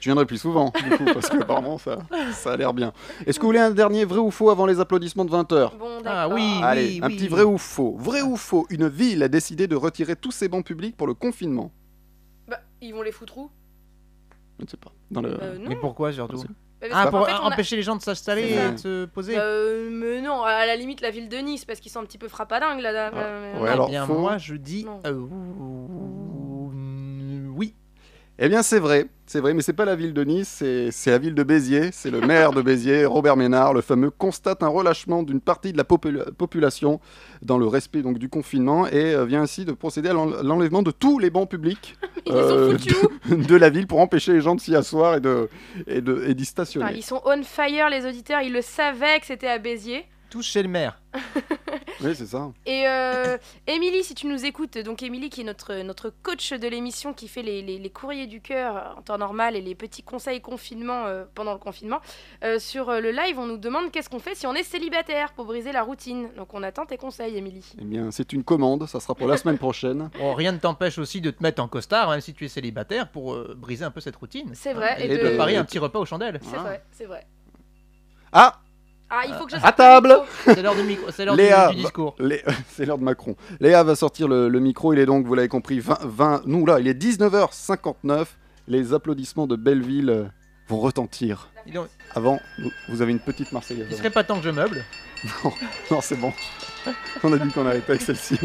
[SPEAKER 1] Je viendrai plus souvent, du coup, parce que apparemment, ça, ça a l'air bien. Est-ce que vous voulez un dernier vrai ou faux avant les applaudissements de 20h
[SPEAKER 2] Bon,
[SPEAKER 3] Ah oui,
[SPEAKER 1] Allez,
[SPEAKER 3] oui,
[SPEAKER 1] un
[SPEAKER 3] oui.
[SPEAKER 1] petit vrai ou faux. Vrai ou faux, une ville a décidé de retirer tous ses bons publics pour le confinement.
[SPEAKER 2] bah, ils vont les foutre où
[SPEAKER 1] Je ne sais pas. Dans le...
[SPEAKER 2] Euh, non.
[SPEAKER 3] Mais pourquoi surtout
[SPEAKER 2] Bah, parce
[SPEAKER 3] Ah,
[SPEAKER 2] qu'en
[SPEAKER 3] pour
[SPEAKER 2] fait, on a-
[SPEAKER 3] empêcher les gens de s'installer
[SPEAKER 1] C'est
[SPEAKER 3] et
[SPEAKER 1] ça.
[SPEAKER 3] de se poser.
[SPEAKER 2] Euh, mais non, à la limite, la ville de Nice, parce qu'ils sont un petit peu frappadingues là. euh, là, là,
[SPEAKER 1] Ouais,
[SPEAKER 2] là.
[SPEAKER 1] alors,
[SPEAKER 3] eh bien,
[SPEAKER 1] faux.
[SPEAKER 3] moi, je dis.
[SPEAKER 2] Non.
[SPEAKER 3] euh, ouh, oui.
[SPEAKER 1] Eh bien, c'est vrai, c'est vrai, mais c'est pas la ville de Nice, c'est c'est la ville de Béziers, c'est le maire de Béziers, Robert Ménard, le fameux, constate un relâchement d'une partie de la popula- population dans le respect donc du confinement et euh, vient ainsi de procéder à l'en- l'enlèvement de tous les bancs publics euh, de, de la ville pour empêcher les gens de s'y asseoir et de et de- et d'y stationner.
[SPEAKER 2] Enfin, ils sont on fire, les auditeurs, ils le savaient que c'était à Béziers.
[SPEAKER 3] Tous chez le maire.
[SPEAKER 1] Oui, c'est ça.
[SPEAKER 2] Et euh, Émilie, si tu nous écoutes, donc Émilie qui est notre, notre coach de l'émission qui fait les, les- les courriers du cœur en temps normal et les petits conseils confinement euh, pendant le confinement, euh, sur euh, le live on nous demande qu'est-ce qu'on fait si on est célibataire pour briser la routine. Donc on attend tes conseils Émilie.
[SPEAKER 1] Eh bien, c'est une commande, ça sera pour la semaine prochaine.
[SPEAKER 3] Bon, rien ne t'empêche aussi de te mettre en costard, même si tu es célibataire, pour euh, briser un peu cette routine.
[SPEAKER 2] C'est vrai,
[SPEAKER 3] Et,
[SPEAKER 2] et
[SPEAKER 3] de
[SPEAKER 2] de-
[SPEAKER 3] préparer un petit repas aux chandelles.
[SPEAKER 2] C'est vrai, c'est vrai.
[SPEAKER 1] Ah,
[SPEAKER 2] Ah, il faut que je...
[SPEAKER 1] à table.
[SPEAKER 3] C'est l'heure du micro, c'est l'heure du,
[SPEAKER 1] Léa,
[SPEAKER 3] du discours.
[SPEAKER 1] Lé- C'est l'heure de Macron. Léa va sortir le, le micro, il est donc, vous l'avez compris, 20, 20 nous là, il est 19h59, les applaudissements de Belleville euh, vont retentir.
[SPEAKER 3] Dis donc,
[SPEAKER 1] Avant, vous- vous avez une petite Marseillaise.
[SPEAKER 3] il serait pas temps que je meuble.
[SPEAKER 1] Non, non, c'est bon. On a dit qu'on arrêtait avec celle-ci.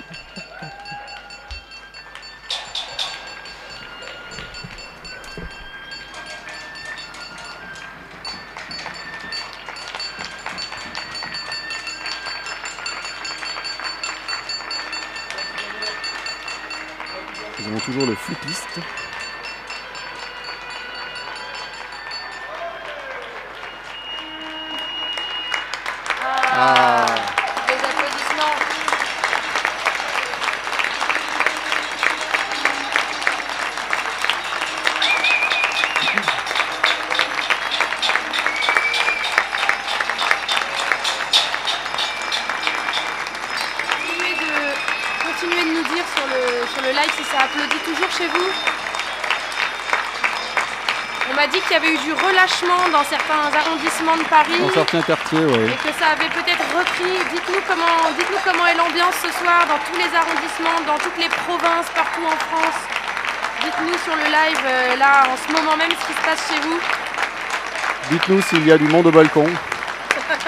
[SPEAKER 1] Nous avons toujours le flûtiste.
[SPEAKER 2] Ah, Les applaudissements. nous dire sur le, sur le live si ça applaudit toujours chez vous. On m'a dit qu'il y avait eu du relâchement dans certains arrondissements de Paris.
[SPEAKER 15] Dans certains quartiers, oui.
[SPEAKER 2] Et que ça avait peut-être repris. Dites-nous comment, dites-nous comment est l'ambiance ce soir dans tous les arrondissements, dans toutes les provinces, partout en France. Dites-nous sur le live, euh, là, en ce moment même, ce qui se passe chez vous.
[SPEAKER 1] Dites-nous s'il y a du monde au balcon.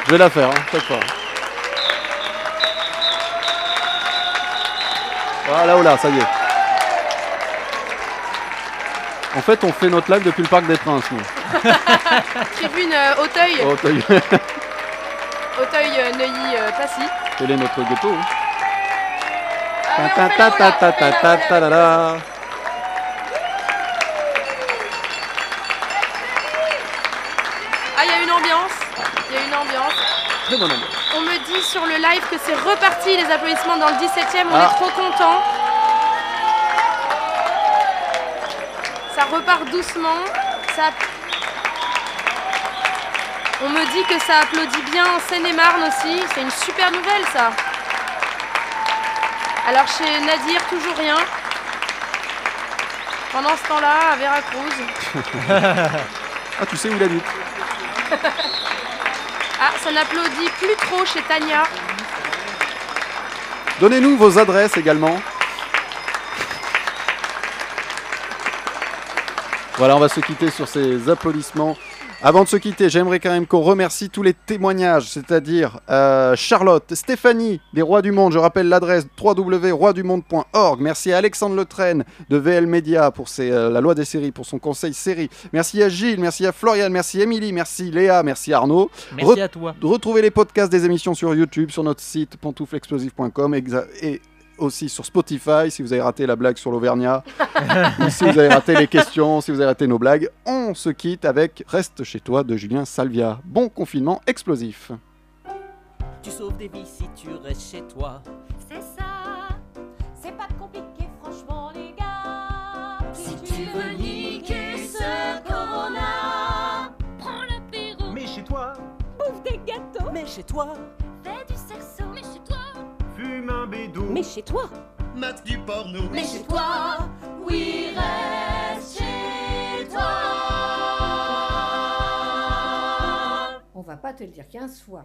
[SPEAKER 1] Je vais la faire, hein, chaque fois. Voilà, voilà, ça y est. En fait, on fait notre live depuis le Parc des Princes, nous. Oh,
[SPEAKER 2] Tribune euh, Auteuil.
[SPEAKER 1] Auteuil.
[SPEAKER 2] Auteuil, euh, Neuilly, euh, Passy.
[SPEAKER 1] Quel est notre ghetto hein.
[SPEAKER 2] Ah, mais on
[SPEAKER 1] Ta
[SPEAKER 2] fait
[SPEAKER 1] ta
[SPEAKER 2] le
[SPEAKER 1] ta
[SPEAKER 2] roulard,
[SPEAKER 1] ta
[SPEAKER 2] on fait
[SPEAKER 1] ta
[SPEAKER 2] le
[SPEAKER 1] ta ta la
[SPEAKER 2] roulard.
[SPEAKER 1] la.
[SPEAKER 2] Ah, il y a une ambiance. Il y a une ambiance.
[SPEAKER 1] Très bonne ambiance.
[SPEAKER 2] On me dit sur le live que c'est reparti les applaudissements dans le 17ème. On
[SPEAKER 1] Ah.
[SPEAKER 2] est trop contents. Ça repart doucement. Ça... On me dit que ça applaudit bien en Seine-et-Marne aussi. C'est une super nouvelle ça. Alors chez Nadir, toujours rien. Pendant ce temps-là, à Veracruz.
[SPEAKER 1] ah, tu sais où il habite
[SPEAKER 2] Ah, ça n'applaudit plus trop chez Tania.
[SPEAKER 1] Donnez-nous vos adresses également. Voilà, on va se quitter sur ces applaudissements. Avant de se quitter, j'aimerais quand même qu'on remercie tous les témoignages, c'est-à-dire euh, Charlotte, Stéphanie des Rois du Monde. Je rappelle l'adresse www.roisdumonde.org. Merci à Alexandre Letraine de VL Media pour ses, euh, la loi des séries, pour son conseil série. Merci à Gilles, merci à Florian, merci Émilie, merci Léa, merci Arnaud.
[SPEAKER 3] Merci à toi.
[SPEAKER 1] Retrouvez les podcasts des émissions sur YouTube, sur notre site pantouflexplosif.com exa- et aussi sur Spotify si vous avez raté la blague sur l'Auvergnat, ou si vous avez raté les questions, si vous avez raté nos blagues. On se quitte avec Reste chez toi de Julien Salvia. Bon confinement explosif.
[SPEAKER 16] Tu sauves des vies si tu restes chez toi.
[SPEAKER 17] C'est ça, c'est pas compliqué, franchement, les gars. Si tu veux niquer ce qu'on a, prends l'apéro. Mais chez toi, bouffe des gâteaux. Mais chez toi, fais du sexo. Mais chez toi,
[SPEAKER 18] Fume un bédou.
[SPEAKER 17] mais chez toi,
[SPEAKER 18] Mate du porno.
[SPEAKER 17] mais chez toi, oui, reste chez toi.
[SPEAKER 19] On va pas te le dire 15 fois.